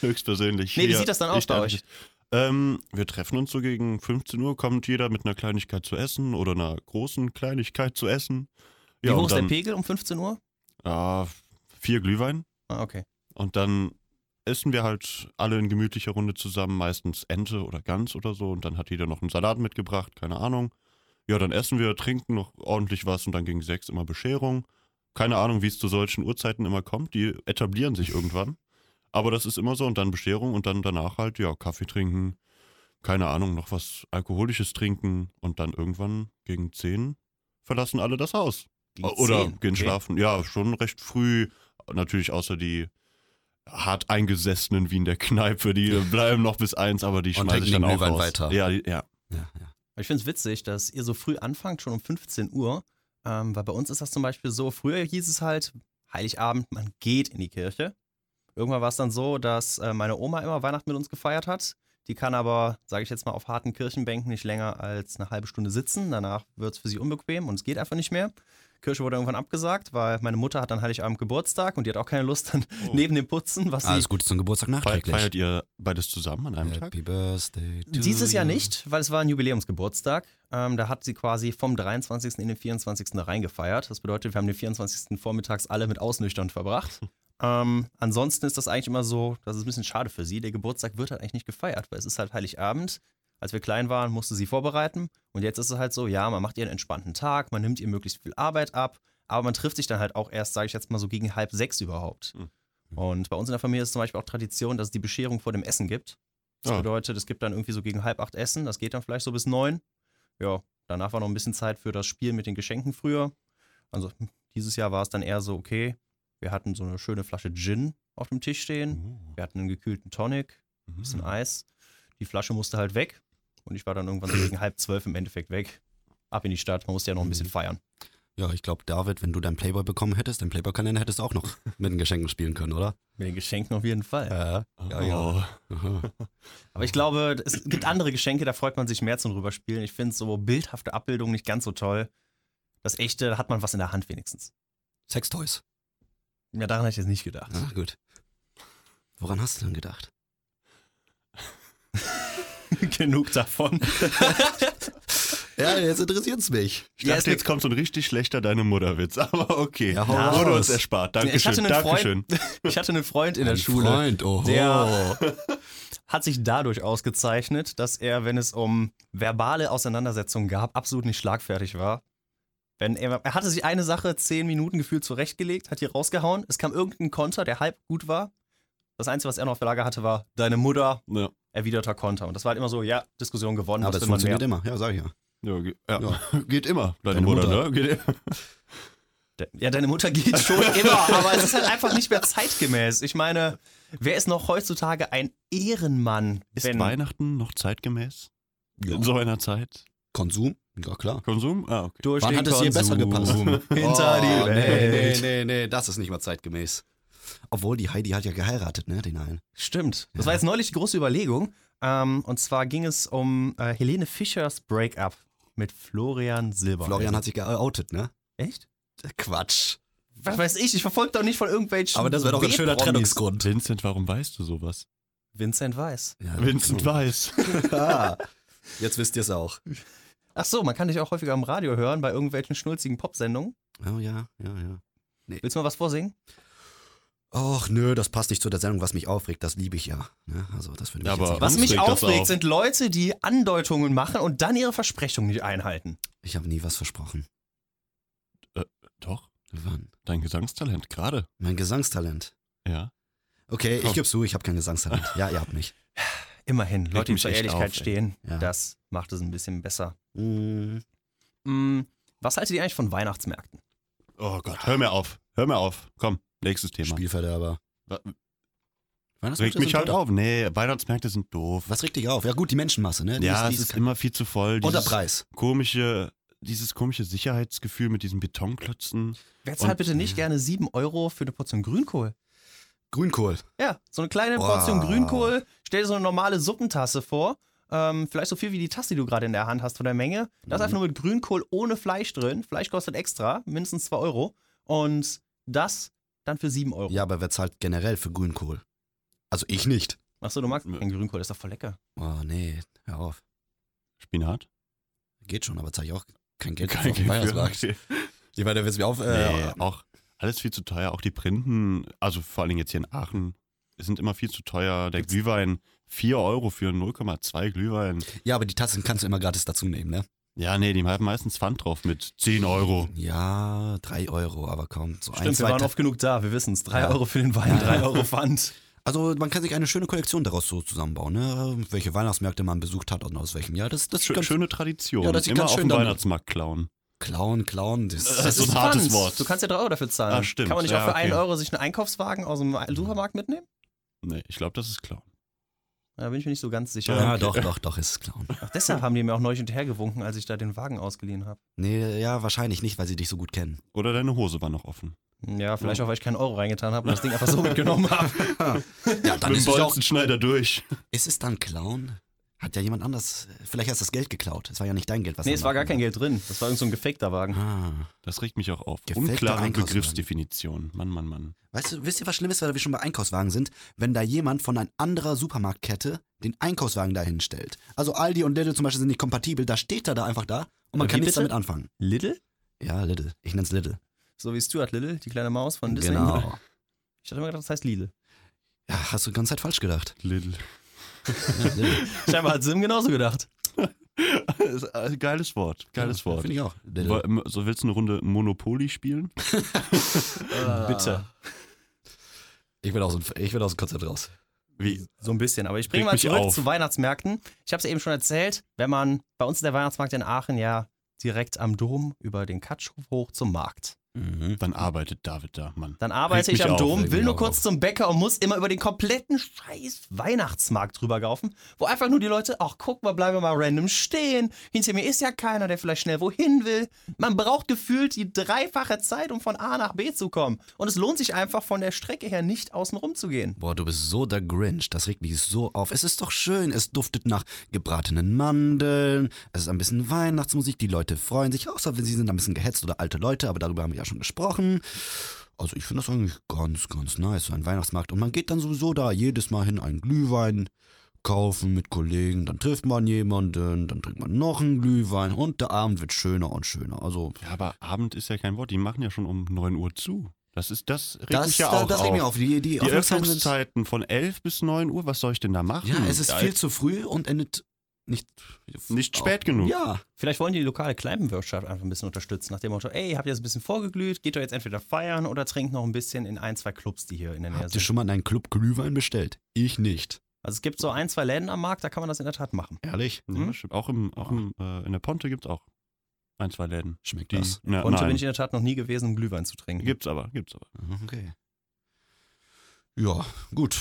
Speaker 2: Höchstpersönlich.
Speaker 3: Nee, wie
Speaker 2: Hier,
Speaker 3: sieht das dann aus
Speaker 2: ich
Speaker 3: bei
Speaker 2: darf
Speaker 3: euch?
Speaker 2: nicht. Ähm, wir treffen uns so gegen 15 Uhr, kommt jeder mit einer Kleinigkeit zu essen oder einer großen Kleinigkeit zu essen.
Speaker 3: Wie
Speaker 2: Ja,
Speaker 3: hoch
Speaker 2: und
Speaker 3: ist der
Speaker 2: dann,
Speaker 3: Pegel um 15 Uhr?
Speaker 2: Ja, vier Glühwein.
Speaker 3: Ah, okay.
Speaker 2: Und dann essen wir halt alle in gemütlicher Runde zusammen, meistens Ente oder Gans oder so. Und dann hat jeder noch einen Salat mitgebracht, keine Ahnung. Ja, dann essen wir, trinken noch ordentlich was und dann gegen sechs immer Bescherung. Keine Ahnung, wie es zu solchen Uhrzeiten immer kommt. Die etablieren sich irgendwann. Aber das ist immer so und dann Bescherung und dann danach halt, ja, Kaffee trinken, keine Ahnung, noch was Alkoholisches trinken und dann irgendwann gegen zehn verlassen alle das Haus.
Speaker 1: Gegen
Speaker 2: Oder
Speaker 1: zehn,
Speaker 2: gehen
Speaker 1: okay.
Speaker 2: schlafen. Ja, schon recht früh. Natürlich außer die hart eingesessenen wie in der Kneipe, die bleiben noch bis eins, aber die
Speaker 1: Und
Speaker 2: schmeiße ich
Speaker 1: trinken
Speaker 2: dann
Speaker 1: den
Speaker 2: auch
Speaker 1: Glühwein
Speaker 2: raus.
Speaker 1: weiter.
Speaker 2: Ja, die- ja.
Speaker 1: Ja, ja.
Speaker 3: Aber Ich finde es witzig, dass ihr so früh anfangt, schon um 15 Uhr. Ähm, weil bei uns ist das zum Beispiel so, früher hieß es halt, Heiligabend, man geht in die Kirche. Irgendwann war es dann so, dass äh, meine Oma immer Weihnachten mit uns gefeiert hat. Die kann aber, sage ich jetzt mal, auf harten Kirchenbänken nicht länger als eine halbe Stunde sitzen. Danach wird es für sie unbequem und es geht einfach nicht mehr. Kirche wurde irgendwann abgesagt, weil meine Mutter hat dann Heiligabend Geburtstag und die hat auch keine Lust, dann
Speaker 2: Oh.
Speaker 3: neben dem Putzen, was sie
Speaker 1: Alles Gute zum Geburtstag
Speaker 2: Fe-
Speaker 1: nachträglich. Äh,
Speaker 2: Feiert ihr beides zusammen an einem Tag?
Speaker 1: Happy Birthday to
Speaker 3: Dieses Jahr
Speaker 1: you.
Speaker 3: nicht, weil es war ein Jubiläumsgeburtstag. Ähm, da hat sie quasi vom 23. in den 24. da reingefeiert. Das bedeutet, wir haben den 24. vormittags alle mit Ausnüchtern verbracht. ähm, ansonsten ist das eigentlich immer so, das ist ein bisschen schade für sie. Der Geburtstag wird halt eigentlich nicht gefeiert, weil es ist halt Heiligabend. Als wir klein waren, musste sie vorbereiten. Und jetzt ist es halt so, ja, man macht ihr einen entspannten Tag, man nimmt ihr möglichst viel Arbeit ab, aber man trifft sich dann halt auch erst, sage ich jetzt mal so, gegen halb sechs überhaupt. Und bei uns in der Familie ist zum Beispiel auch Tradition, dass es die Bescherung vor dem Essen gibt. Das
Speaker 2: Ah.
Speaker 3: bedeutet, es gibt dann irgendwie so gegen halb acht Essen, das geht dann vielleicht so bis neun. Ja, danach war noch ein bisschen Zeit für das Spiel mit den Geschenken früher. Also dieses Jahr war es dann eher so, okay, wir hatten so eine schöne Flasche Gin auf dem Tisch stehen,
Speaker 1: Hm.
Speaker 2: Oh.
Speaker 3: wir hatten einen gekühlten Tonic,
Speaker 2: Mhm.
Speaker 3: ein bisschen
Speaker 2: Hm.
Speaker 3: Eis. Die Flasche musste halt weg und ich war dann irgendwann so gegen halb zwölf im Endeffekt weg. Ab in die Stadt, man musste ja noch ein bisschen feiern.
Speaker 1: Ja, ich glaube, David, wenn du deinen Playboy bekommen hättest, deinen Playboy-Kalender hättest du auch noch mit den Geschenken spielen können, oder?
Speaker 3: Mit den Geschenken auf jeden Fall.
Speaker 1: Ja. Ja, ja.
Speaker 2: Oh.
Speaker 1: Aha.
Speaker 3: Aber ich glaube, es gibt andere Geschenke, da freut man sich mehr zum rüberspielen. Ich finde so bildhafte Abbildungen nicht ganz so toll. Das echte da hat man was in der Hand wenigstens.
Speaker 1: Sextoys.
Speaker 3: Ja, daran hätte ich jetzt nicht gedacht.
Speaker 1: Ah, gut. Woran hast du denn gedacht?
Speaker 3: Genug davon.
Speaker 1: Ja, jetzt interessiert es mich.
Speaker 2: Ich
Speaker 3: Ja,
Speaker 2: dachte,
Speaker 3: es-
Speaker 2: jetzt kommt so ein richtig schlechter Deine Mutterwitz, aber okay.
Speaker 1: Ja, hau
Speaker 2: Wurde
Speaker 1: raus.
Speaker 2: uns erspart.
Speaker 3: hatte
Speaker 2: Dankeschön.
Speaker 3: einen
Speaker 2: Dankeschön.
Speaker 3: Ich hatte einen Freund in der
Speaker 1: Ein
Speaker 3: Schule.
Speaker 1: Freund, oho.
Speaker 3: Der hat sich dadurch ausgezeichnet, dass er, wenn es um verbale Auseinandersetzungen gab, absolut nicht schlagfertig war. Wenn er, er hatte sich eine Sache zehn Minuten gefühlt zurechtgelegt, hat die rausgehauen. Es kam irgendein Konter, der halb gut war. Das Einzige, was er noch auf der Lager hatte, war deine Mutter,
Speaker 2: Ja,
Speaker 3: erwiderter Konter. Und das war halt immer so, ja, Diskussion gewonnen,
Speaker 1: Aber es
Speaker 3: was will man mehr?
Speaker 1: funktioniert immer. Ja, sag ich ja.
Speaker 2: ja, ge- ja.
Speaker 1: Ja.
Speaker 2: geht immer. Deine,
Speaker 1: Deine
Speaker 2: Mutter,
Speaker 1: Mutter.
Speaker 2: ne? Geht immer.
Speaker 3: De- Ja, deine Mutter geht schon immer, aber es ist halt einfach nicht mehr zeitgemäß. Ich meine, wer ist noch heutzutage ein Ehrenmann?
Speaker 2: Ist Weihnachten noch zeitgemäß?
Speaker 1: Ja.
Speaker 2: In so einer Zeit?
Speaker 1: Konsum? Ja, klar.
Speaker 2: Konsum? Ah, okay.
Speaker 3: durch
Speaker 1: Wann
Speaker 3: den
Speaker 1: hat es hier besser
Speaker 3: Konsum
Speaker 1: gepasst?
Speaker 3: Hinter die Welt.
Speaker 1: Oh, Nee, nee, nee, nee, das ist nicht mal zeitgemäß. Obwohl, die Heidi hat ja geheiratet, ne, den einen.
Speaker 3: Stimmt. Das war jetzt neulich die große Überlegung. Ähm, und zwar ging es um äh, Helene Fischers Breakup mit Florian Silber.
Speaker 1: Florian hat sich geoutet, ne?
Speaker 3: Echt?
Speaker 1: Quatsch.
Speaker 3: Was weiß ich, ich verfolge doch nicht von irgendwelchen.
Speaker 1: Aber das wäre doch ein schöner
Speaker 3: B-Promis.
Speaker 1: Trennungsgrund.
Speaker 2: Vincent, warum weißt du sowas?
Speaker 3: Vincent Weiß.
Speaker 1: Ja,
Speaker 2: Vincent
Speaker 1: genau.
Speaker 2: weiß.
Speaker 1: Ah, Jetzt wisst ihr es auch.
Speaker 3: Ach so, man kann dich auch häufiger am Radio hören bei irgendwelchen schnulzigen Popsendungen.
Speaker 1: Oh ja, ja, ja.
Speaker 3: Willst du mal was vorsingen?
Speaker 1: Och nö, das passt nicht zu der Sendung, was mich aufregt, das liebe ich ja. Ne? Also das würde mich
Speaker 2: Aber-
Speaker 1: jetzt
Speaker 3: Was
Speaker 2: Uns
Speaker 3: mich
Speaker 2: regt das
Speaker 3: aufregt,
Speaker 2: auf.
Speaker 3: sind Leute, die Andeutungen machen und dann ihre Versprechungen nicht einhalten.
Speaker 1: Ich habe nie was versprochen.
Speaker 2: Doch,
Speaker 1: Wann?
Speaker 2: dein Gesangstalent gerade.
Speaker 1: Mein Gesangstalent.
Speaker 2: Ja.
Speaker 1: Okay,
Speaker 2: Komm.
Speaker 1: ich gebe zu, ich habe kein Gesangstalent. Ja, ihr habt mich.
Speaker 3: Immerhin, Leute, die
Speaker 2: mich
Speaker 3: zur
Speaker 2: echt
Speaker 3: Ehrlichkeit
Speaker 2: auf, ey.
Speaker 3: stehen,
Speaker 1: Ja.
Speaker 3: das macht es ein bisschen besser.
Speaker 1: Mm,
Speaker 3: Hm, was haltet ihr eigentlich von Weihnachtsmärkten?
Speaker 2: Oh Gott, hör mir auf. Hör mir auf. Komm, nächstes Thema.
Speaker 1: Spielverderber.
Speaker 2: Wa-
Speaker 1: Weihnachtsmärkte
Speaker 2: Regt mich
Speaker 1: sind
Speaker 2: halt
Speaker 1: doof.
Speaker 2: auf. Nee, Weihnachtsmärkte sind doof.
Speaker 1: Was regt dich auf? Ja gut, die Menschenmasse, ne? Die
Speaker 2: ja,
Speaker 1: die
Speaker 2: es ist immer viel zu voll.
Speaker 1: unter
Speaker 2: Dieses
Speaker 1: Preis.
Speaker 2: komische, dieses komische Sicherheitsgefühl mit diesen Betonklötzen.
Speaker 3: Wer zahlt
Speaker 2: Und-
Speaker 3: bitte nicht gerne 7 Euro für eine Portion Grünkohl?
Speaker 1: Grünkohl.
Speaker 3: Ja, so eine kleine
Speaker 1: Wow.
Speaker 3: Portion Grünkohl. Stell dir so eine normale Suppentasse vor. Ähm, vielleicht so viel wie die Tasse, die du gerade in der Hand hast von der Menge. Das
Speaker 1: Mhm.
Speaker 3: einfach nur mit Grünkohl ohne Fleisch drin. Fleisch kostet extra, mindestens 2 Euro. Und das dann für 7 Euro.
Speaker 1: Ja, aber wer zahlt generell für Grünkohl? Also ich nicht.
Speaker 3: Achso, du magst
Speaker 2: Nö.
Speaker 3: keinen Grünkohl, das ist doch voll lecker.
Speaker 1: Oh nee, hör auf.
Speaker 2: Spinat?
Speaker 1: Geht schon, aber zahle ich auch kein Geld
Speaker 2: Kein
Speaker 1: für auf dem
Speaker 2: Geld für.
Speaker 1: Weihnachtsmarkt. Ich meine, der wird mir auf... Äh,
Speaker 2: Nee, auch alles viel zu teuer. Auch die Printen, also vor allen Dingen jetzt hier in Aachen, sind immer viel zu teuer. Der Glühwein, 4 Euro für 0,2 Glühwein.
Speaker 1: Ja, aber die Tassen kannst du immer gratis dazu nehmen, ne?
Speaker 2: Ja, nee, die haben meistens Pfand drauf mit 10
Speaker 1: Oh.
Speaker 2: Euro.
Speaker 1: Ja, 3 Euro, aber kaum. So ein,
Speaker 3: Stimmt, wir
Speaker 1: zwei
Speaker 3: waren
Speaker 1: Ta-
Speaker 3: oft genug da, wir wissen es. Drei
Speaker 1: Ja.
Speaker 3: Euro für den Wein, drei Euro Pfand.
Speaker 1: Also man kann sich eine schöne Kollektion daraus so zusammenbauen, ne? Welche Weihnachtsmärkte man besucht hat und aus welchem Jahr. Das, das ist
Speaker 2: Schö
Speaker 1: ganz
Speaker 2: schöne Tradition.
Speaker 1: Ja, das ist
Speaker 2: immer
Speaker 1: ganz
Speaker 2: auf
Speaker 1: schön
Speaker 2: dem
Speaker 1: dann-
Speaker 2: Weihnachtsmarkt klauen.
Speaker 1: Klauen, klauen. Das,
Speaker 2: Das ist so ein
Speaker 3: Pfand.
Speaker 2: hartes Wort.
Speaker 3: Du kannst ja drei Euro dafür zahlen.
Speaker 2: Ah, stimmt.
Speaker 3: Kann man nicht
Speaker 2: Ja,
Speaker 3: auch für
Speaker 2: okay.
Speaker 3: einen Euro sich einen Einkaufswagen aus dem Supermarkt mitnehmen?
Speaker 2: Nee, ich glaube, das ist klauen.
Speaker 3: Da bin ich mir nicht so ganz sicher.
Speaker 1: ja, doch, doch, doch, ist Klauen.
Speaker 3: Ach, deshalb haben die mir auch neulich hinterhergewunken, als ich da den Wagen ausgeliehen habe.
Speaker 1: Nee, ja, wahrscheinlich nicht, weil sie dich so gut kennen.
Speaker 2: Oder deine Hose war noch offen.
Speaker 3: Ja, vielleicht auch, weil ich keinen Euro reingetan habe und das Ding einfach so mitgenommen habe.
Speaker 1: Ja, dann
Speaker 2: Mit
Speaker 1: ist es
Speaker 2: dem
Speaker 1: ja auch.
Speaker 2: Bolzenschneider durch.
Speaker 1: Ist es dann Klauen? Hat ja jemand anders. Vielleicht hast du das Geld geklaut. Es war ja nicht dein Geld, was
Speaker 3: Nee,
Speaker 1: er
Speaker 3: es war gar
Speaker 1: macht.
Speaker 3: kein Geld drin. Das war irgend so ein gefakter Wagen.
Speaker 1: Ah.
Speaker 2: Das regt mich auch auf.
Speaker 1: Gefakte
Speaker 2: Unklare
Speaker 1: Einkaufswagen.
Speaker 2: Begriffsdefinition. Mann, Mann, Mann.
Speaker 1: Weißt du, wisst ihr, was schlimm ist, weil wir schon bei Einkaufswagen sind? Wenn da jemand von einer anderen Supermarktkette den Einkaufswagen dahin stellt. Also Aldi und Lidl zum Beispiel sind nicht kompatibel, da steht er da einfach da und man
Speaker 3: Wie
Speaker 1: kann nichts
Speaker 3: bitte?
Speaker 1: damit anfangen.
Speaker 3: Little?
Speaker 1: Ja, Äh, Lidl. Ich nenn's Lidl.
Speaker 3: So wie Stuart Little, die kleine Maus von Disney.
Speaker 1: Genau.
Speaker 3: Ich hatte immer gedacht, das heißt Lidl.
Speaker 1: Ja, hast du die ganze Zeit falsch gedacht.
Speaker 2: Lidl.
Speaker 1: Ja, Lidl.
Speaker 3: Scheinbar hat Sim genauso gedacht.
Speaker 2: Ist ein Geiles Wort. Geiles
Speaker 1: Ja,
Speaker 2: Wort.
Speaker 1: Finde ich auch.
Speaker 2: Wo- m- So willst du eine Runde Monopoly spielen? Ah.
Speaker 3: Bitte.
Speaker 1: Ich will, aus, ich will aus dem Konzept raus.
Speaker 2: Wie?
Speaker 3: So ein bisschen. Aber ich bringe
Speaker 2: Regt
Speaker 3: mal
Speaker 2: mich
Speaker 3: zurück
Speaker 2: auf.
Speaker 3: zu Weihnachtsmärkten. Ich habe es eben schon erzählt, wenn man, bei uns ist der Weihnachtsmarkt in Aachen ja direkt am Dom über den Katschhof hoch zum Markt.
Speaker 1: Mhm.
Speaker 2: Dann arbeitet David da, Mann.
Speaker 3: Dann arbeite
Speaker 2: Regt
Speaker 3: ich am
Speaker 2: mich auf,
Speaker 3: Dom,
Speaker 1: regt
Speaker 3: will
Speaker 1: mich
Speaker 3: nur
Speaker 1: auch
Speaker 3: kurz
Speaker 1: auf.
Speaker 3: zum Bäcker und muss immer über den kompletten scheiß Weihnachtsmarkt drüber laufen, wo einfach nur die Leute, ach guck mal, bleiben wir mal random stehen. Hinter mir ist ja keiner, der vielleicht schnell wohin will. Man braucht gefühlt die dreifache Zeit, um von A nach B zu kommen. Und es lohnt sich einfach von der Strecke her nicht außen rum zu gehen.
Speaker 1: Boah, du bist so der Grinch. Das regt mich so auf. Es ist doch schön. Es duftet nach gebratenen Mandeln. Es ist ein bisschen Weihnachtsmusik. Die Leute freuen sich, außer wenn sie sind ein bisschen gehetzt oder alte Leute. Aber darüber haben wir ja schon gesprochen. Also ich finde das eigentlich ganz, ganz nice, so ein Weihnachtsmarkt. Und man geht dann sowieso da jedes Mal hin, einen Glühwein kaufen mit Kollegen. Dann trifft man jemanden, dann trinkt man noch einen Glühwein und der Abend wird schöner und schöner. Also
Speaker 2: Ja, aber Abend ist ja kein Wort. Die machen ja schon um 9 Uhr zu. Das ist, das regt
Speaker 1: das,
Speaker 2: mich ja
Speaker 1: da-
Speaker 2: auch
Speaker 1: das
Speaker 2: auf.
Speaker 1: regt mich auf. Die, die,
Speaker 2: Die
Speaker 1: Öffnungszeiten sind-
Speaker 2: Öffnungszeiten von 11 bis 9 Uhr, was soll ich denn da machen?
Speaker 1: Ja, es ist viel zu früh und endet nicht,
Speaker 2: Nicht spät genug.
Speaker 1: Ja.
Speaker 3: Vielleicht wollen die die lokale Kneipenwirtschaft einfach ein bisschen unterstützen, nach dem Motto, ey, habt ihr jetzt ein bisschen vorgeglüht, geht doch jetzt entweder feiern oder trinkt noch ein bisschen in ein, zwei Clubs, die hier in der Nähe
Speaker 1: Habt ihr
Speaker 3: sind.
Speaker 1: schon mal in einen Club Glühwein bestellt? Ich nicht.
Speaker 3: Also es gibt so ein, zwei Läden am Markt, da kann man das in der Tat machen.
Speaker 1: Ehrlich?
Speaker 2: Ja, stimmt. Auch, im, auch im, äh, in der Ponte gibt es auch ein, zwei Läden.
Speaker 1: Schmeckt
Speaker 2: Die,
Speaker 1: das?
Speaker 2: na,
Speaker 3: Und da bin
Speaker 2: nein.
Speaker 3: ich in der Tat noch nie gewesen, um Glühwein zu trinken.
Speaker 2: Gibt's aber, gibt's aber.
Speaker 1: Mhm, Okay. Ja, gut.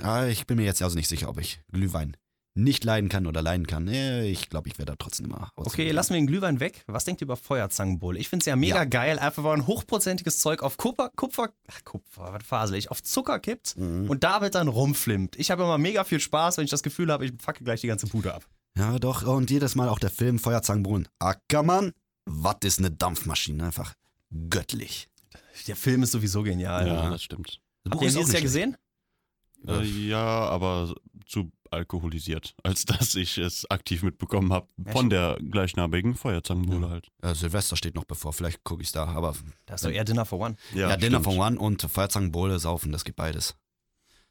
Speaker 1: Ja, ich bin mir jetzt also nicht sicher, ob ich Glühwein nicht leiden kann oder leiden kann. Nee, Ich glaube, ich werde da trotzdem immer aus.
Speaker 3: Okay, lassen wir den Glühwein weg. Was denkt ihr über Feuerzangenbowle? Ich finde es ja mega
Speaker 1: Ja.
Speaker 3: geil, einfach weil man hochprozentiges Zeug auf Kupfer, Kupfer, ach, Kupfer, was fasel ich, auf Zucker kippt
Speaker 1: Mhm.
Speaker 3: und damit dann rumflimmt. Ich habe immer mega viel Spaß, wenn ich das Gefühl habe, ich facke gleich die ganze Bude ab.
Speaker 1: Ja, doch. Und jedes Mal auch der Film Feuerzangenbrunnen. Ackermann, was ist eine Dampfmaschine? Einfach göttlich.
Speaker 3: Der Film ist sowieso genial.
Speaker 2: ja,
Speaker 1: ja.
Speaker 2: das stimmt.
Speaker 1: Das
Speaker 3: Habt
Speaker 1: Buch
Speaker 3: ihr
Speaker 1: ist
Speaker 3: ihn
Speaker 1: auch
Speaker 3: dieses
Speaker 1: nicht
Speaker 3: Jahr
Speaker 1: schlecht.
Speaker 3: gesehen?
Speaker 2: Äh, ja, aber zu alkoholisiert, als dass ich es aktiv mitbekommen habe. Von der gleichnamigen Feuerzangenbowle halt.
Speaker 1: Äh, Silvester steht noch bevor, vielleicht gucke ich da, aber
Speaker 3: Das ist doch eher Dinner for One.
Speaker 1: Ja, Dinner
Speaker 2: stimmt.
Speaker 1: for One und Feuerzangenbowle saufen, das geht beides.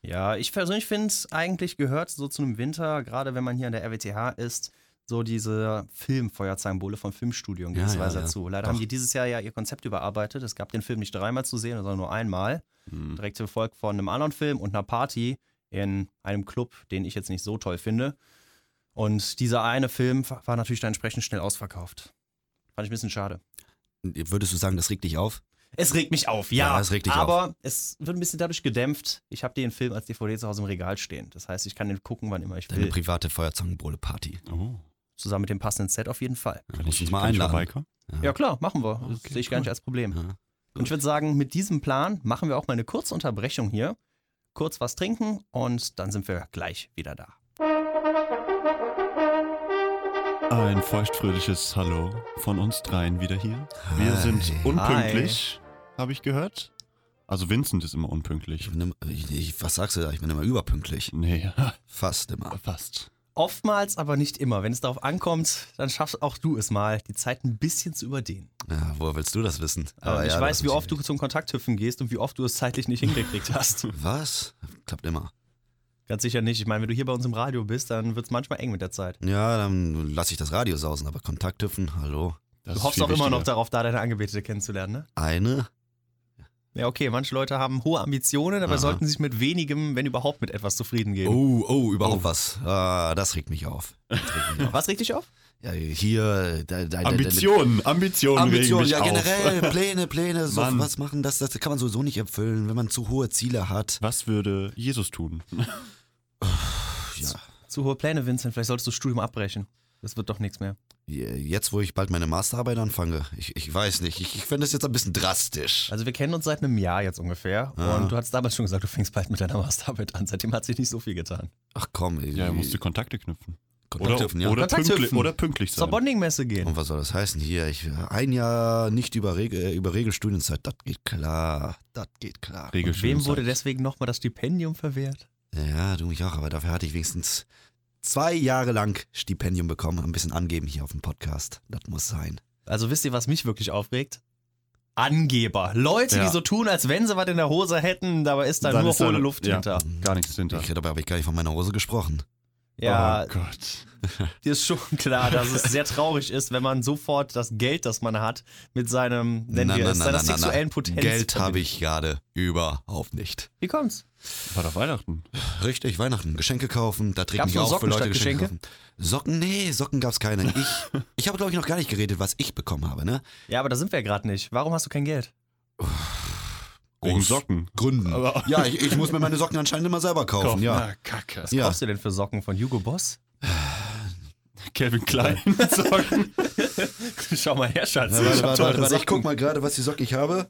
Speaker 3: Ja, ich persönlich finde es eigentlich gehört so zu einem Winter, gerade wenn man hier an der RWTH ist, so diese Filmfeuerzangenbowle von Filmstudion
Speaker 1: Ja,
Speaker 3: gewisserweise
Speaker 1: ja, ja.
Speaker 3: dazu. Leider
Speaker 1: Doch.
Speaker 3: haben die dieses Jahr ja ihr Konzept überarbeitet. Es gab den Film nicht dreimal zu sehen, sondern nur einmal.
Speaker 2: Hm.
Speaker 3: Direkt gefolgt von einem anderen Film und einer Party in einem Club, den ich jetzt nicht so toll finde. Und dieser eine Film war natürlich dann entsprechend schnell ausverkauft. Fand ich ein bisschen schade.
Speaker 1: Würdest du sagen, das regt dich auf?
Speaker 3: Es regt mich auf, ja.
Speaker 1: Ja, es regt dich
Speaker 3: aber es wird ein bisschen dadurch gedämpft. Ich habe den Film als DVD zu Hause im Regal stehen. Das heißt, ich kann den gucken, wann immer ich
Speaker 1: Deine
Speaker 3: will.
Speaker 1: private Feuerzangenbowle-Party.
Speaker 2: Oh,
Speaker 3: Zusammen mit dem passenden Set auf jeden Fall.
Speaker 1: Ja,
Speaker 2: kann
Speaker 1: muss
Speaker 2: ich
Speaker 1: uns mal
Speaker 2: kann ich
Speaker 1: einladen.
Speaker 2: vorbeikommen?
Speaker 3: Ja, klar, machen wir. Das
Speaker 2: Okay,
Speaker 3: sehe ich gar
Speaker 2: cool.
Speaker 3: nicht als Problem.
Speaker 1: Ja.
Speaker 3: Und ich würde sagen, mit diesem Plan machen wir auch mal eine kurze Unterbrechung hier. Kurz was trinken und dann sind wir gleich wieder da.
Speaker 2: Ein feuchtfröhliches Hallo von uns dreien wieder hier. Wir
Speaker 1: Hi.
Speaker 2: sind unpünktlich, habe ich gehört. Also Vincent ist immer unpünktlich.
Speaker 1: Ich bin immer, ich, ich, was sagst du da? Ich bin immer überpünktlich.
Speaker 2: Nee,
Speaker 1: Fast immer.
Speaker 2: fast.
Speaker 3: Oftmals, aber nicht immer. Wenn es darauf ankommt, dann schaffst auch du es mal, die Zeit ein bisschen zu überdehnen.
Speaker 1: Ja, woher willst du das wissen? Aber
Speaker 3: Ähm, ich
Speaker 1: Ah, ja,
Speaker 3: weiß,
Speaker 1: das
Speaker 3: wie
Speaker 1: ist-
Speaker 3: oft du zum Kontakthüpfen gehst und wie oft du es zeitlich nicht hingekriegt hast.
Speaker 1: Was? Klappt immer.
Speaker 3: Ganz sicher nicht. Ich meine, wenn du hier bei uns im Radio bist, dann wird es manchmal eng mit der Zeit.
Speaker 1: Ja, dann lasse ich das Radio sausen, aber Kontakt hüpfen, hallo.
Speaker 2: Das
Speaker 3: du
Speaker 2: ist
Speaker 3: hoffst
Speaker 2: viel
Speaker 3: auch immer noch
Speaker 2: wichtiger.
Speaker 3: darauf, da deine Angebetete kennenzulernen, ne?
Speaker 1: Eine?
Speaker 3: Ja, okay, manche Leute haben hohe Ambitionen, aber
Speaker 1: Aha.
Speaker 3: sollten sich mit wenigem, wenn überhaupt, mit etwas zufrieden geben.
Speaker 1: Oh, oh, überhaupt was. Ah, das regt mich auf. Das regt
Speaker 2: Oh.
Speaker 1: mich auf.
Speaker 3: Was regt dich auf?
Speaker 1: Ja, hier, de, de,
Speaker 2: Ambitionen, Ambitionen
Speaker 1: Ambition,
Speaker 2: regen mich
Speaker 1: ja,
Speaker 2: auf.
Speaker 1: generell, Pläne, Pläne, so
Speaker 2: Mann.
Speaker 1: was machen, das, das kann man sowieso nicht erfüllen, wenn man zu hohe Ziele hat.
Speaker 2: Was würde Jesus tun?
Speaker 1: Ja.
Speaker 3: Zu hohe Pläne, Vincent. Vielleicht solltest du das Studium abbrechen. Das wird doch nichts mehr.
Speaker 1: Je- Jetzt, wo ich bald meine Masterarbeit anfange, ich, ich weiß nicht, ich, ich fände das jetzt ein bisschen drastisch.
Speaker 3: Also wir kennen uns seit einem Jahr jetzt ungefähr.
Speaker 1: Ah.
Speaker 3: Und du hattest damals schon gesagt, du fängst bald mit deiner Masterarbeit an. Seitdem hat sich nicht so viel getan.
Speaker 1: Ach komm,
Speaker 2: Ja, er musste Kontakte knüpfen.
Speaker 1: Kontakt
Speaker 2: Oder,
Speaker 1: dürfen, ja.
Speaker 2: oder,
Speaker 3: Kontakt
Speaker 2: pünktlich,
Speaker 3: knüpfen.
Speaker 2: oder pünktlich
Speaker 3: Zur
Speaker 2: sein.
Speaker 3: Bonding-Messe gehen.
Speaker 1: Und was soll das heißen hier? Ich, ein Jahr nicht über, Reg äh, über Regelstudienzeit, das geht klar, das geht klar.
Speaker 2: Regelschön
Speaker 3: Wem
Speaker 2: sein.
Speaker 3: wurde deswegen nochmal das Stipendium verwehrt?
Speaker 1: Ja, du mich auch, aber dafür hatte ich wenigstens zwei Jahre lang Stipendium bekommen. um Ein bisschen angeben hier auf dem Podcast, das muss sein.
Speaker 3: Also wisst ihr, was mich wirklich aufregt? Angeber. Leute,
Speaker 2: Ja.
Speaker 3: die so tun, als wenn sie was in der Hose hätten, dabei ist da
Speaker 2: Dann
Speaker 3: nur
Speaker 2: ist da-
Speaker 3: hohle Luft
Speaker 2: ja.
Speaker 3: hinter.
Speaker 2: Gar nichts hinter.
Speaker 1: Ich hätte aber, aber gar nicht von meiner Hose gesprochen.
Speaker 3: Ja,
Speaker 2: Oh Gott.
Speaker 3: dir ist schon klar, dass es sehr traurig ist, wenn man sofort das Geld, das man hat, mit seinem, nennen wir es, seiner sexuellen Potenz.
Speaker 1: Geld habe ich gerade überhaupt nicht.
Speaker 3: Wie kommt's?
Speaker 2: War doch Weihnachten.
Speaker 1: Richtig, Weihnachten, Geschenke kaufen, da trägt
Speaker 3: Gab's
Speaker 1: mich
Speaker 3: noch
Speaker 1: auch für
Speaker 3: Socken
Speaker 1: Leute
Speaker 3: statt
Speaker 1: Geschenke kaufen. Socken, nee, Socken gab's keine. Ich, ich habe, glaube ich, noch gar nicht geredet, was ich bekommen habe, ne?
Speaker 3: Ja, aber da sind wir ja gerade nicht. Warum hast du kein Geld?
Speaker 2: Wegen
Speaker 1: Aus
Speaker 2: Socken.
Speaker 1: Gründen.
Speaker 2: Aber-
Speaker 1: ja, ich, ich muss mir meine Socken anscheinend immer selber kaufen, ja.
Speaker 2: Na, Kacke.
Speaker 3: Was
Speaker 1: Ja.
Speaker 3: kaufst du denn für Socken von Hugo Boss?
Speaker 2: Kevin Klein. Socken.
Speaker 3: Schau mal her, Schatz.
Speaker 1: Ja,
Speaker 3: ich
Speaker 1: warte, warte,
Speaker 3: hab
Speaker 1: warte,
Speaker 3: teure
Speaker 1: warte,
Speaker 3: Socken.
Speaker 1: ich guck mal gerade, was die Socke ich habe.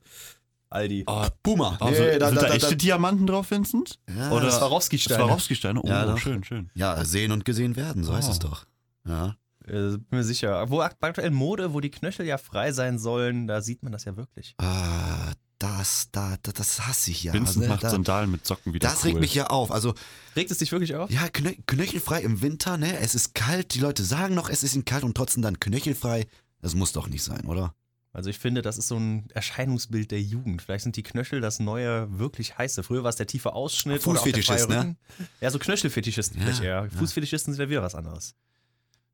Speaker 3: Aldi.
Speaker 2: Oh,
Speaker 1: Puma.
Speaker 2: oh,
Speaker 1: Nee,
Speaker 2: sind
Speaker 1: da,
Speaker 2: da,
Speaker 1: da, da,
Speaker 2: echte
Speaker 1: da.
Speaker 2: Diamanten drauf, Vincent?
Speaker 1: Ja,
Speaker 2: Oder
Speaker 3: Swarovski-Steine.
Speaker 2: Swarovski-Steine? Oh,
Speaker 1: Ja, doch.
Speaker 2: schön, schön.
Speaker 1: Ja, sehen und gesehen werden, so heißt
Speaker 2: Oh.
Speaker 1: es doch. Ja.
Speaker 3: Äh, bin mir sicher. Wo akt- aktuell Mode, wo die Knöchel ja frei sein sollen, da sieht man das ja wirklich.
Speaker 1: Ah, das, da, da, das hasse ich ja.
Speaker 2: Vincent
Speaker 1: ne?
Speaker 2: macht
Speaker 1: da,
Speaker 2: Sandalen mit Socken wieder
Speaker 1: das
Speaker 2: cool.
Speaker 1: regt mich ja auf. Also,
Speaker 3: Regt es dich wirklich auf?
Speaker 1: ja, knö knöchelfrei im Winter, ne? Es ist kalt, die Leute sagen noch, es ist ihnen kalt und trotzdem dann knöchelfrei. Das muss doch nicht sein, oder?
Speaker 3: Also ich finde, das ist so ein Erscheinungsbild der Jugend. Vielleicht sind die Knöchel das neue wirklich heiße. Früher war es der tiefe Ausschnitt. oder auch der
Speaker 1: Fußfetischist,
Speaker 3: freie
Speaker 1: ne?
Speaker 3: Rücken. Ja, so Knöchelfetischisten.
Speaker 1: Ja,
Speaker 3: vielleicht eher.
Speaker 1: ja.
Speaker 3: Fußfetischisten sind ja wieder was anderes.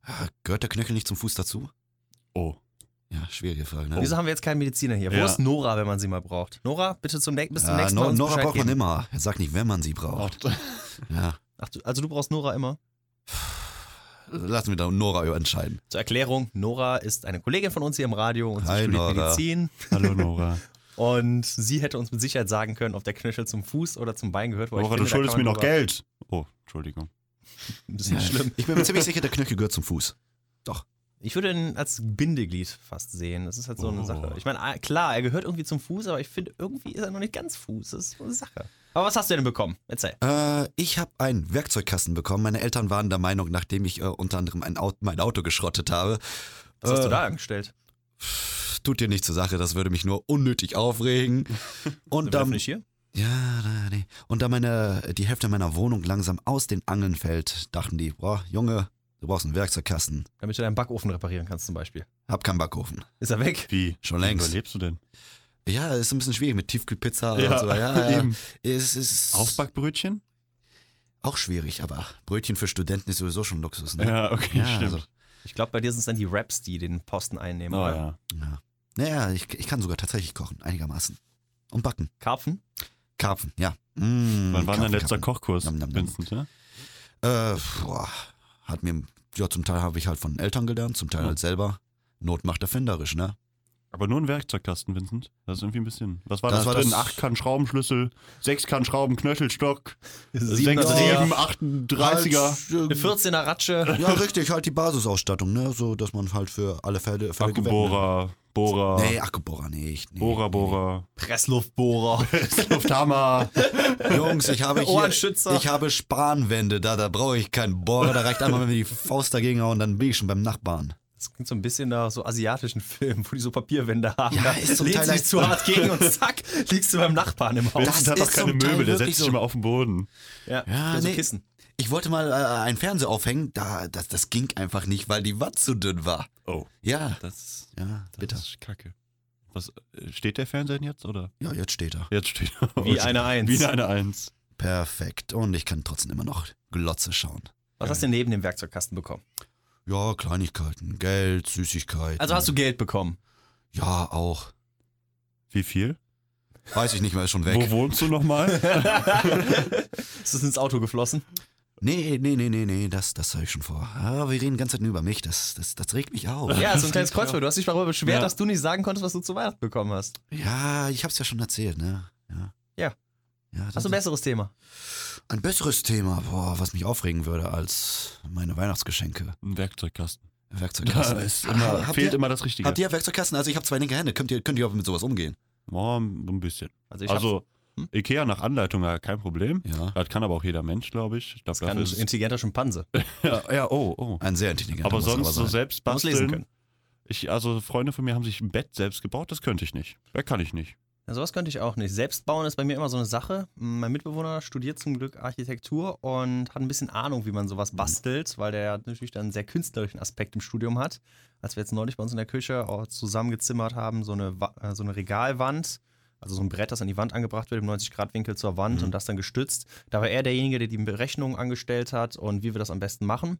Speaker 1: Ah, Gehört der Knöchel nicht zum Fuß dazu?
Speaker 2: Oh.
Speaker 1: Ja, schwierige Frage, ne?
Speaker 3: Und Wieso haben wir jetzt keinen Mediziner hier? Wo
Speaker 2: Ja.
Speaker 3: ist Nora, wenn man sie mal braucht? Nora, bitte zum, nä bis zum
Speaker 1: ja,
Speaker 3: nächsten Mal.
Speaker 1: Nor
Speaker 3: uns
Speaker 1: Nora
Speaker 3: Bescheid
Speaker 1: braucht man
Speaker 3: geben. Oh.
Speaker 1: immer. Er sagt nicht, wenn man sie braucht. Ja.
Speaker 3: Ach, du, also du brauchst Nora immer?
Speaker 1: Lassen wir da Nora entscheiden.
Speaker 3: Zur Erklärung, Nora ist eine Kollegin von uns hier im Radio und sie
Speaker 1: Hi,
Speaker 3: studiert
Speaker 1: Nora.
Speaker 3: Medizin.
Speaker 2: Hallo Nora.
Speaker 3: Und sie hätte uns mit Sicherheit sagen können, ob der Knöchel zum Fuß oder zum Bein gehört. weil ich
Speaker 2: Nora, du
Speaker 3: finde, da
Speaker 2: schuldest
Speaker 3: kann
Speaker 2: mir
Speaker 3: man
Speaker 2: noch
Speaker 3: drüber-
Speaker 2: Geld. Oh, Entschuldigung.
Speaker 3: Ein bisschen schlimm.
Speaker 1: Ich bin mir ziemlich sicher, der Knöchel gehört zum Fuß.
Speaker 3: Ich würde ihn als Bindeglied fast sehen. Das ist halt so eine
Speaker 2: Oh.
Speaker 3: Sache. Ich meine, ah, klar, er gehört irgendwie zum Fuß, aber ich finde, irgendwie ist er noch nicht ganz Fuß. Das ist so eine Sache. Aber was hast du denn bekommen? Erzähl.
Speaker 1: Äh, ich habe einen Werkzeugkasten bekommen. Meine Eltern waren der Meinung, nachdem ich äh, unter anderem ein Auto, mein Auto geschrottet habe.
Speaker 3: Was hast
Speaker 1: äh,
Speaker 3: du da angestellt?
Speaker 1: pff, Tut dir nichts zur Sache, das würde mich nur unnötig aufregen.
Speaker 3: Sind
Speaker 1: Und
Speaker 3: wir
Speaker 1: dann.
Speaker 3: dafür nicht hier?
Speaker 1: Ja, da- nee. Und da meine, die Hälfte meiner Wohnung langsam aus den Angeln fällt, dachten die, boah, Junge, du brauchst einen Werkzeugkasten.
Speaker 3: Damit du deinen Backofen reparieren kannst zum Beispiel.
Speaker 1: Hab keinen Backofen.
Speaker 3: Ist er weg?
Speaker 2: Wie?
Speaker 1: Schon
Speaker 2: Wie
Speaker 1: längst.
Speaker 2: überlebst du denn?
Speaker 1: Ja, ist ein bisschen schwierig mit Tiefkühlpizza und so. Ja, ja.
Speaker 2: eben.
Speaker 1: Es ist
Speaker 2: Aufbackbrötchen?
Speaker 1: auch schwierig, aber Brötchen für Studenten ist sowieso schon Luxus, ne?
Speaker 2: Ja, okay,
Speaker 1: Ja,
Speaker 2: stimmt.
Speaker 1: also-
Speaker 3: Ich glaube, bei dir sind es dann die Raps, die den Posten einnehmen.
Speaker 2: oh,
Speaker 3: oder?
Speaker 2: ja.
Speaker 1: Ah, Ja. Naja, ich, ich kann sogar tatsächlich kochen, einigermaßen. Und backen.
Speaker 3: Karpfen?
Speaker 1: Karpfen, ja. Mm,
Speaker 2: Wann war
Speaker 1: Karpfen,
Speaker 2: dein letzter
Speaker 1: Karpfen.
Speaker 2: Kochkurs,
Speaker 1: Nom, nom, nom.
Speaker 2: Vincent? Ja?
Speaker 1: Äh, boah, hat mir, ja, zum Teil habe ich halt von Eltern gelernt, zum Teil
Speaker 2: Ja.
Speaker 1: halt selber. Not macht erfinderisch, ne?
Speaker 2: Aber nur ein Werkzeugkasten, Vincent. Das ist irgendwie ein bisschen. Was war
Speaker 1: Das
Speaker 2: das,
Speaker 1: war
Speaker 2: drin?
Speaker 1: das-
Speaker 2: Acht kann Schraubenschlüssel, sechs kann Schrauben, Knöchelstock,
Speaker 3: Sieben,
Speaker 2: sechs,
Speaker 3: Dreier,
Speaker 2: sieben, 38er.
Speaker 1: Halt,
Speaker 3: Eine
Speaker 1: äh,
Speaker 3: 14er Ratsche.
Speaker 1: ja, richtig, halt die Basisausstattung, ne? So, dass man halt für alle Fälle. Fälle gewählt,
Speaker 2: Akkubohrer, Bohrer,
Speaker 1: ne? Nee, Akkubohrer nicht. Nee,
Speaker 2: Bohrer, Bohrer,
Speaker 3: Pressluftbohrer.
Speaker 2: Lufthammer.
Speaker 1: Jungs, ich habe hier,
Speaker 3: Ohrenschützer.
Speaker 1: ich habe Spanwände, da, da brauche ich keinen Bohrer, da reicht einmal, wenn wir die Faust dagegen hauen, dann bin ich schon beim Nachbarn.
Speaker 3: Das klingt so ein bisschen nach so asiatischen Filmen, wo die so Papierwände haben.
Speaker 1: Ja,
Speaker 3: da
Speaker 1: ist zum
Speaker 3: lehnst
Speaker 1: Teil
Speaker 3: du dich
Speaker 1: echt
Speaker 3: zu hart gegen und zack, liegst du beim Nachbarn im Haus.
Speaker 1: Das
Speaker 2: Vincent hat doch
Speaker 1: ist
Speaker 2: keine
Speaker 1: zum Teil
Speaker 2: Möbel, der
Speaker 1: wirklich
Speaker 2: setzt sich
Speaker 1: so.
Speaker 2: immer auf den Boden.
Speaker 1: Ja,
Speaker 3: so
Speaker 1: nee.
Speaker 3: Kissen.
Speaker 1: Ich wollte mal äh, einen Fernseher aufhängen, da, das, das ging einfach nicht, weil die Watt zu dünn war.
Speaker 2: Oh.
Speaker 1: Ja,
Speaker 2: Das,
Speaker 1: ja,
Speaker 2: das
Speaker 1: bitter.
Speaker 2: ist kacke. Was, äh, steht der Fernseher denn jetzt, oder?
Speaker 1: Ja, jetzt steht er.
Speaker 2: Jetzt steht
Speaker 1: Oh,
Speaker 3: Wie eine Eins.
Speaker 2: Wie eine Eins.
Speaker 1: Perfekt. Und ich kann trotzdem immer noch Glotze schauen.
Speaker 3: Was hast du neben dem Werkzeugkasten bekommen?
Speaker 1: Ja, Kleinigkeiten, Geld, Süßigkeiten.
Speaker 3: Also hast du Geld bekommen.
Speaker 1: Ja, auch.
Speaker 2: Wie viel?
Speaker 1: Weiß ich nicht mehr, ist schon weg.
Speaker 2: Wo wohnst du nochmal?
Speaker 3: Ist das ins Auto geflossen?
Speaker 1: Nee, nee, nee, nee, nee, das, das habe ich schon vor. Ah, wir reden ganz Zeit nur über mich, das, das, das regt mich auf.
Speaker 3: Ja, so ein kleines Kreuzfeuer. Du hast dich darüber beschwert,
Speaker 2: Ja.
Speaker 3: dass du nicht sagen konntest, was du zu Weihnachten bekommen hast.
Speaker 1: Ja, ich hab's ja schon erzählt, ne? Ja.
Speaker 3: Ja.
Speaker 1: ja das
Speaker 3: Hast du ein
Speaker 1: ist
Speaker 3: besseres Thema?
Speaker 1: ein besseres Thema, boah, was mich aufregen würde als meine Weihnachtsgeschenke.
Speaker 2: Ein Werkzeugkasten.
Speaker 1: Werkzeugkasten. Ah, habt
Speaker 2: fehlt
Speaker 1: ihr,
Speaker 2: immer das Richtige.
Speaker 1: habt ihr Werkzeugkasten? Also ich habe zwei linke Hände. Könnt ihr, könnt ihr auch mit sowas umgehen?
Speaker 2: Oh, ein bisschen.
Speaker 3: Also, ich hab's-
Speaker 2: also,
Speaker 3: Hm?
Speaker 2: Ikea nach Anleitung, ja, kein Problem.
Speaker 1: Ja.
Speaker 2: Das kann aber auch jeder Mensch, glaube ich. ich glaub,
Speaker 3: das kann ein
Speaker 2: dafür ist,
Speaker 3: intelligenter Schimpanse.
Speaker 2: ja, ja, oh, oh.
Speaker 1: Ein sehr intelligenter
Speaker 2: Aber
Speaker 1: muss
Speaker 2: sonst so
Speaker 1: sein.
Speaker 2: selbst
Speaker 3: Man muss lesen können.
Speaker 2: basteln. Ich, also Freunde von mir haben sich ein Bett selbst gebaut, das könnte ich nicht. Das kann ich nicht.
Speaker 3: Ja, sowas könnte ich auch nicht. Selbst bauen ist bei mir immer so eine Sache. Mein Mitbewohner studiert zum Glück Architektur und hat ein bisschen Ahnung, wie man sowas bastelt, weil der natürlich dann einen sehr künstlerischen Aspekt im Studium hat. Als wir jetzt neulich bei uns in der Küche auch zusammengezimmert haben, so eine, Wa- äh, so eine Regalwand, also so ein Brett, das an die Wand angebracht wird, im 90-Grad-Winkel zur Wand und das dann gestützt. Da war er derjenige, der die Berechnungen angestellt hat und wie wir das am besten machen.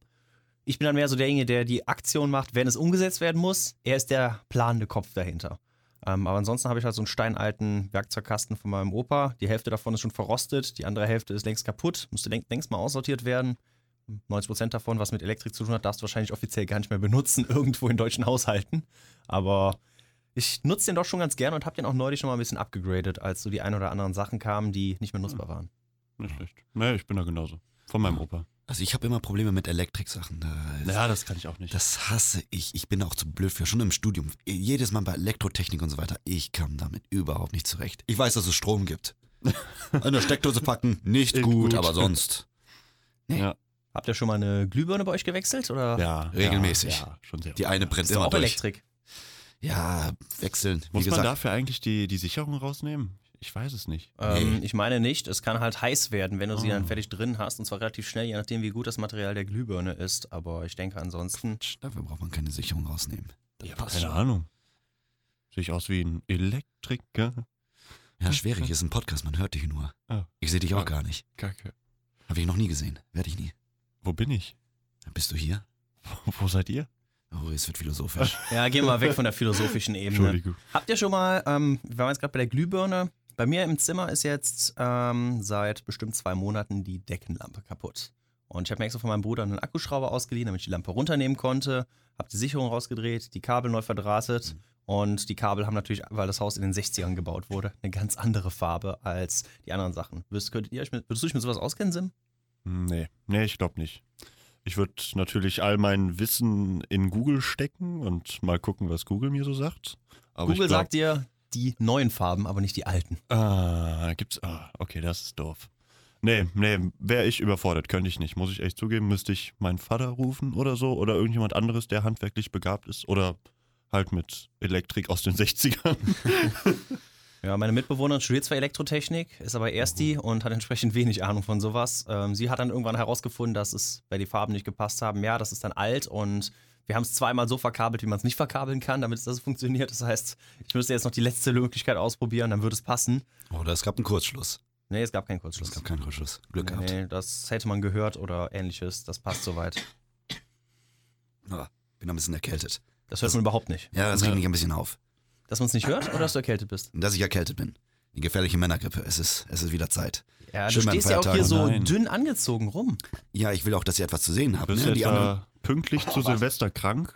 Speaker 3: Ich bin dann mehr so derjenige, der die Aktion macht, wenn es umgesetzt werden muss. Er ist der planende Kopf dahinter. Ähm, aber ansonsten habe ich halt so einen steinalten Werkzeugkasten von meinem Opa. Die Hälfte davon ist schon verrostet, die andere Hälfte ist längst kaputt, müsste läng- längst mal aussortiert werden. 90% davon, was mit Elektrik zu tun hat, darfst du wahrscheinlich offiziell gar nicht mehr benutzen, irgendwo in deutschen Haushalten. Aber ich nutze den doch schon ganz gerne und habe den auch neulich schon mal ein bisschen abgegradet, als so die ein oder anderen Sachen kamen, die nicht mehr
Speaker 1: Hm.
Speaker 3: nutzbar waren.
Speaker 2: Nicht schlecht. Nee, ich bin da genauso. Von meinem Opa.
Speaker 1: Also ich habe immer Probleme mit Elektriksachen. Da ist-
Speaker 2: das kann ich auch nicht.
Speaker 1: Das hasse ich. Ich bin auch zu blöd für. Schon im Studium. Jedes Mal bei Elektrotechnik und so weiter. Ich kam damit überhaupt nicht zurecht. Ich weiß, dass es Strom gibt. Eine Steckdose packen, nicht
Speaker 2: Ist
Speaker 1: gut,
Speaker 2: gut.
Speaker 1: aber sonst.
Speaker 3: Habt ihr schon mal eine Glühbirne bei euch gewechselt? Oder?
Speaker 2: ja,
Speaker 1: regelmäßig.
Speaker 2: Ja, ja, schon sehr.
Speaker 1: Die eine brennt
Speaker 3: Ist doch
Speaker 1: immer
Speaker 3: auch
Speaker 1: durch.
Speaker 3: Elektrik.
Speaker 1: Ja, wechseln. Wie
Speaker 2: Muss man
Speaker 1: gesagt,
Speaker 2: dafür eigentlich die, die Sicherung rausnehmen? Ich weiß es nicht.
Speaker 3: Ähm,
Speaker 1: Nee.
Speaker 3: Ich meine nicht, es kann halt heiß werden, wenn du sie
Speaker 2: Oh.
Speaker 3: dann fertig drin hast. Und zwar relativ schnell, je nachdem, wie gut das Material der Glühbirne ist. Aber ich denke ansonsten.
Speaker 1: dafür braucht man keine Sicherung rausnehmen. Das passt
Speaker 2: Keine
Speaker 1: schon.
Speaker 2: Ahnung. Sehe ich aus wie ein Elektriker.
Speaker 1: Ja, schwierig. Ist ein Podcast, man hört dich nur.
Speaker 2: Hm, Ah.
Speaker 1: Ich sehe dich
Speaker 2: Ah.
Speaker 1: auch gar nicht.
Speaker 2: Kacke.
Speaker 1: Habe ich noch nie gesehen. Werde ich nie.
Speaker 2: Wo bin ich?
Speaker 1: Bist du hier?
Speaker 2: Wo seid ihr?
Speaker 1: Oh, es wird philosophisch.
Speaker 3: Ja, gehen wir mal weg von der philosophischen Ebene.
Speaker 2: Entschuldigung.
Speaker 3: Habt ihr schon mal, ähm, wir waren jetzt gerade bei der Glühbirne. Bei mir im Zimmer ist jetzt ähm, seit bestimmt zwei Monaten die Deckenlampe kaputt. Und ich habe mir extra von meinem Bruder einen Akkuschrauber ausgeliehen, damit ich die Lampe runternehmen konnte. Habe die Sicherung rausgedreht, die Kabel neu verdrahtet.
Speaker 2: Mhm.
Speaker 3: Und die Kabel haben natürlich, weil das Haus in den 60ern gebaut wurde, eine ganz andere Farbe als die anderen Sachen. Würdest, könntet ihr euch mit, würdest du dich mit sowas auskennen, Sim?
Speaker 2: Nee, nee, ich glaube nicht. Ich würde natürlich all mein Wissen in Google stecken und mal gucken, was Google mir so sagt. Aber
Speaker 3: Google
Speaker 2: ich glaub,
Speaker 3: sagt dir die neuen Farben, aber nicht die alten.
Speaker 2: Ah, gibt's. Ah, okay, das ist doof. Nee, nee, wäre ich überfordert, könnte ich nicht. Muss ich echt zugeben, müsste ich meinen Vater rufen oder so oder irgendjemand anderes, der handwerklich begabt ist oder halt mit Elektrik aus den 60ern.
Speaker 3: Ja, meine Mitbewohnerin studiert zwar Elektrotechnik, ist aber
Speaker 1: Mhm.
Speaker 3: Ersti und hat entsprechend wenig Ahnung von sowas. Ähm, sie hat dann irgendwann herausgefunden, dass es, weil die Farben nicht gepasst haben, ja, das ist dann alt und wir haben es zweimal so verkabelt, wie man es nicht verkabeln kann, damit es das funktioniert. Das heißt, ich müsste jetzt noch die letzte Möglichkeit ausprobieren, dann würde es passen.
Speaker 2: Ah.
Speaker 1: Oder es gab einen Kurzschluss.
Speaker 3: Nee, es gab keinen Kurzschluss.
Speaker 1: Es gab keinen Kurzschluss. Glück gehabt.
Speaker 3: nee, das hätte man gehört oder ähnliches. Das passt soweit.
Speaker 1: Ah, bin ein bisschen erkältet.
Speaker 3: Das hört man überhaupt nicht.
Speaker 1: Ja, das regt mich ein bisschen auf.
Speaker 3: Dass man es nicht hört oder dass du erkältet bist.
Speaker 1: dass ich erkältet bin. Die gefährliche Männergrippe. Es ist, es ist wieder Zeit.
Speaker 3: Ja, du
Speaker 1: Schön beim
Speaker 3: stehst ja auch
Speaker 1: Feiertag.
Speaker 3: hier so
Speaker 2: Nein.
Speaker 3: dünn angezogen rum.
Speaker 1: Ja, ich will auch, dass ihr etwas zu sehen habt.
Speaker 2: Bist
Speaker 1: Ne?
Speaker 2: du
Speaker 1: Die anderen,
Speaker 2: etwa pünktlich zu Silvester krank,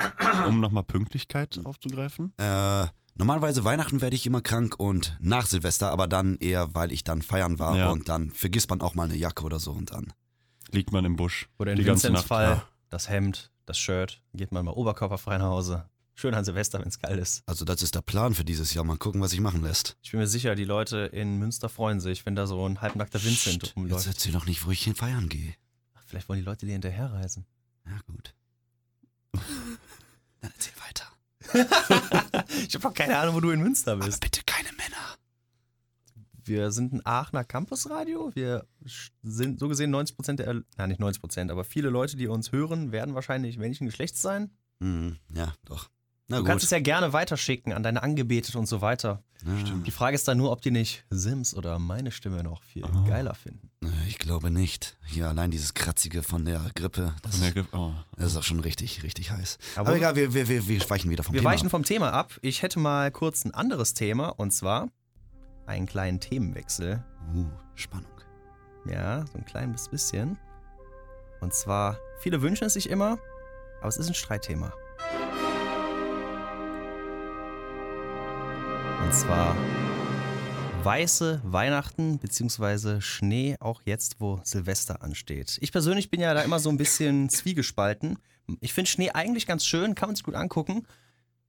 Speaker 2: um nochmal Pünktlichkeit aufzugreifen?
Speaker 1: äh, normalerweise Weihnachten werde ich immer krank und nach Silvester, aber dann eher, weil ich dann feiern war
Speaker 2: Ja.
Speaker 1: und dann vergisst man auch mal eine Jacke oder so und dann.
Speaker 2: Liegt man im Busch.
Speaker 3: Oder in
Speaker 2: die ganze
Speaker 3: Vincents
Speaker 2: Nacht.
Speaker 3: Fall
Speaker 2: Ja.
Speaker 3: das Hemd, das Shirt, geht man mal oberkörperfrei nach Hause. Schön an Silvester, wenn es kalt ist.
Speaker 1: Also das ist der Plan für dieses Jahr. Mal gucken, was sich machen lässt.
Speaker 3: Ich bin mir sicher, die Leute in Münster freuen sich, wenn da so ein halbnackter Vincent
Speaker 1: Psst, jetzt
Speaker 3: rumläuft.
Speaker 1: erzähl doch nicht, wo ich hin feiern gehe.
Speaker 3: Ach, vielleicht wollen die Leute dir hinterherreisen.
Speaker 1: Ja, gut. Dann erzähl
Speaker 3: Ich habe doch keine Ahnung, wo du in Münster
Speaker 1: Aber
Speaker 3: bist.
Speaker 1: bitte keine Männer.
Speaker 3: Wir sind ein Aachener Campusradio. Wir sch- sind so gesehen 90 Prozent der, na nicht 90 Prozent, aber viele Leute, die uns hören, werden wahrscheinlich männlichen Geschlechts sein.
Speaker 1: Hm, ja, doch. Na
Speaker 3: Mhm. Du
Speaker 1: gut.
Speaker 3: kannst es ja gerne weiterschicken an deine Angebetete und so weiter.
Speaker 1: ja,
Speaker 3: Die Frage ist dann nur, ob die nicht Sims oder meine Stimme noch viel
Speaker 2: Ah.
Speaker 3: geiler finden.
Speaker 1: Äh, Ich glaube nicht. Hier allein dieses Kratzige von der Grippe, das,
Speaker 2: Ja, ge- oh.
Speaker 1: das ist auch schon richtig, richtig heiß.
Speaker 3: Aber-
Speaker 1: Aber, egal, wir, wir, wir, wir schweichen wieder vom
Speaker 3: Wir
Speaker 1: Thema.
Speaker 3: weichen
Speaker 1: ab.
Speaker 3: vom Thema ab. Ich hätte mal kurz ein anderes Thema und zwar einen kleinen Themenwechsel.
Speaker 1: Uh, Spannung.
Speaker 3: Ja, so ein kleines bisschen. Und zwar, viele wünschen es sich immer, aber es ist ein Streitthema. Und zwar weiße Weihnachten beziehungsweise Schnee, auch jetzt, wo Silvester ansteht. Ich persönlich bin ja da immer so ein bisschen zwiegespalten. Ich finde Schnee eigentlich ganz schön, kann man sich gut angucken.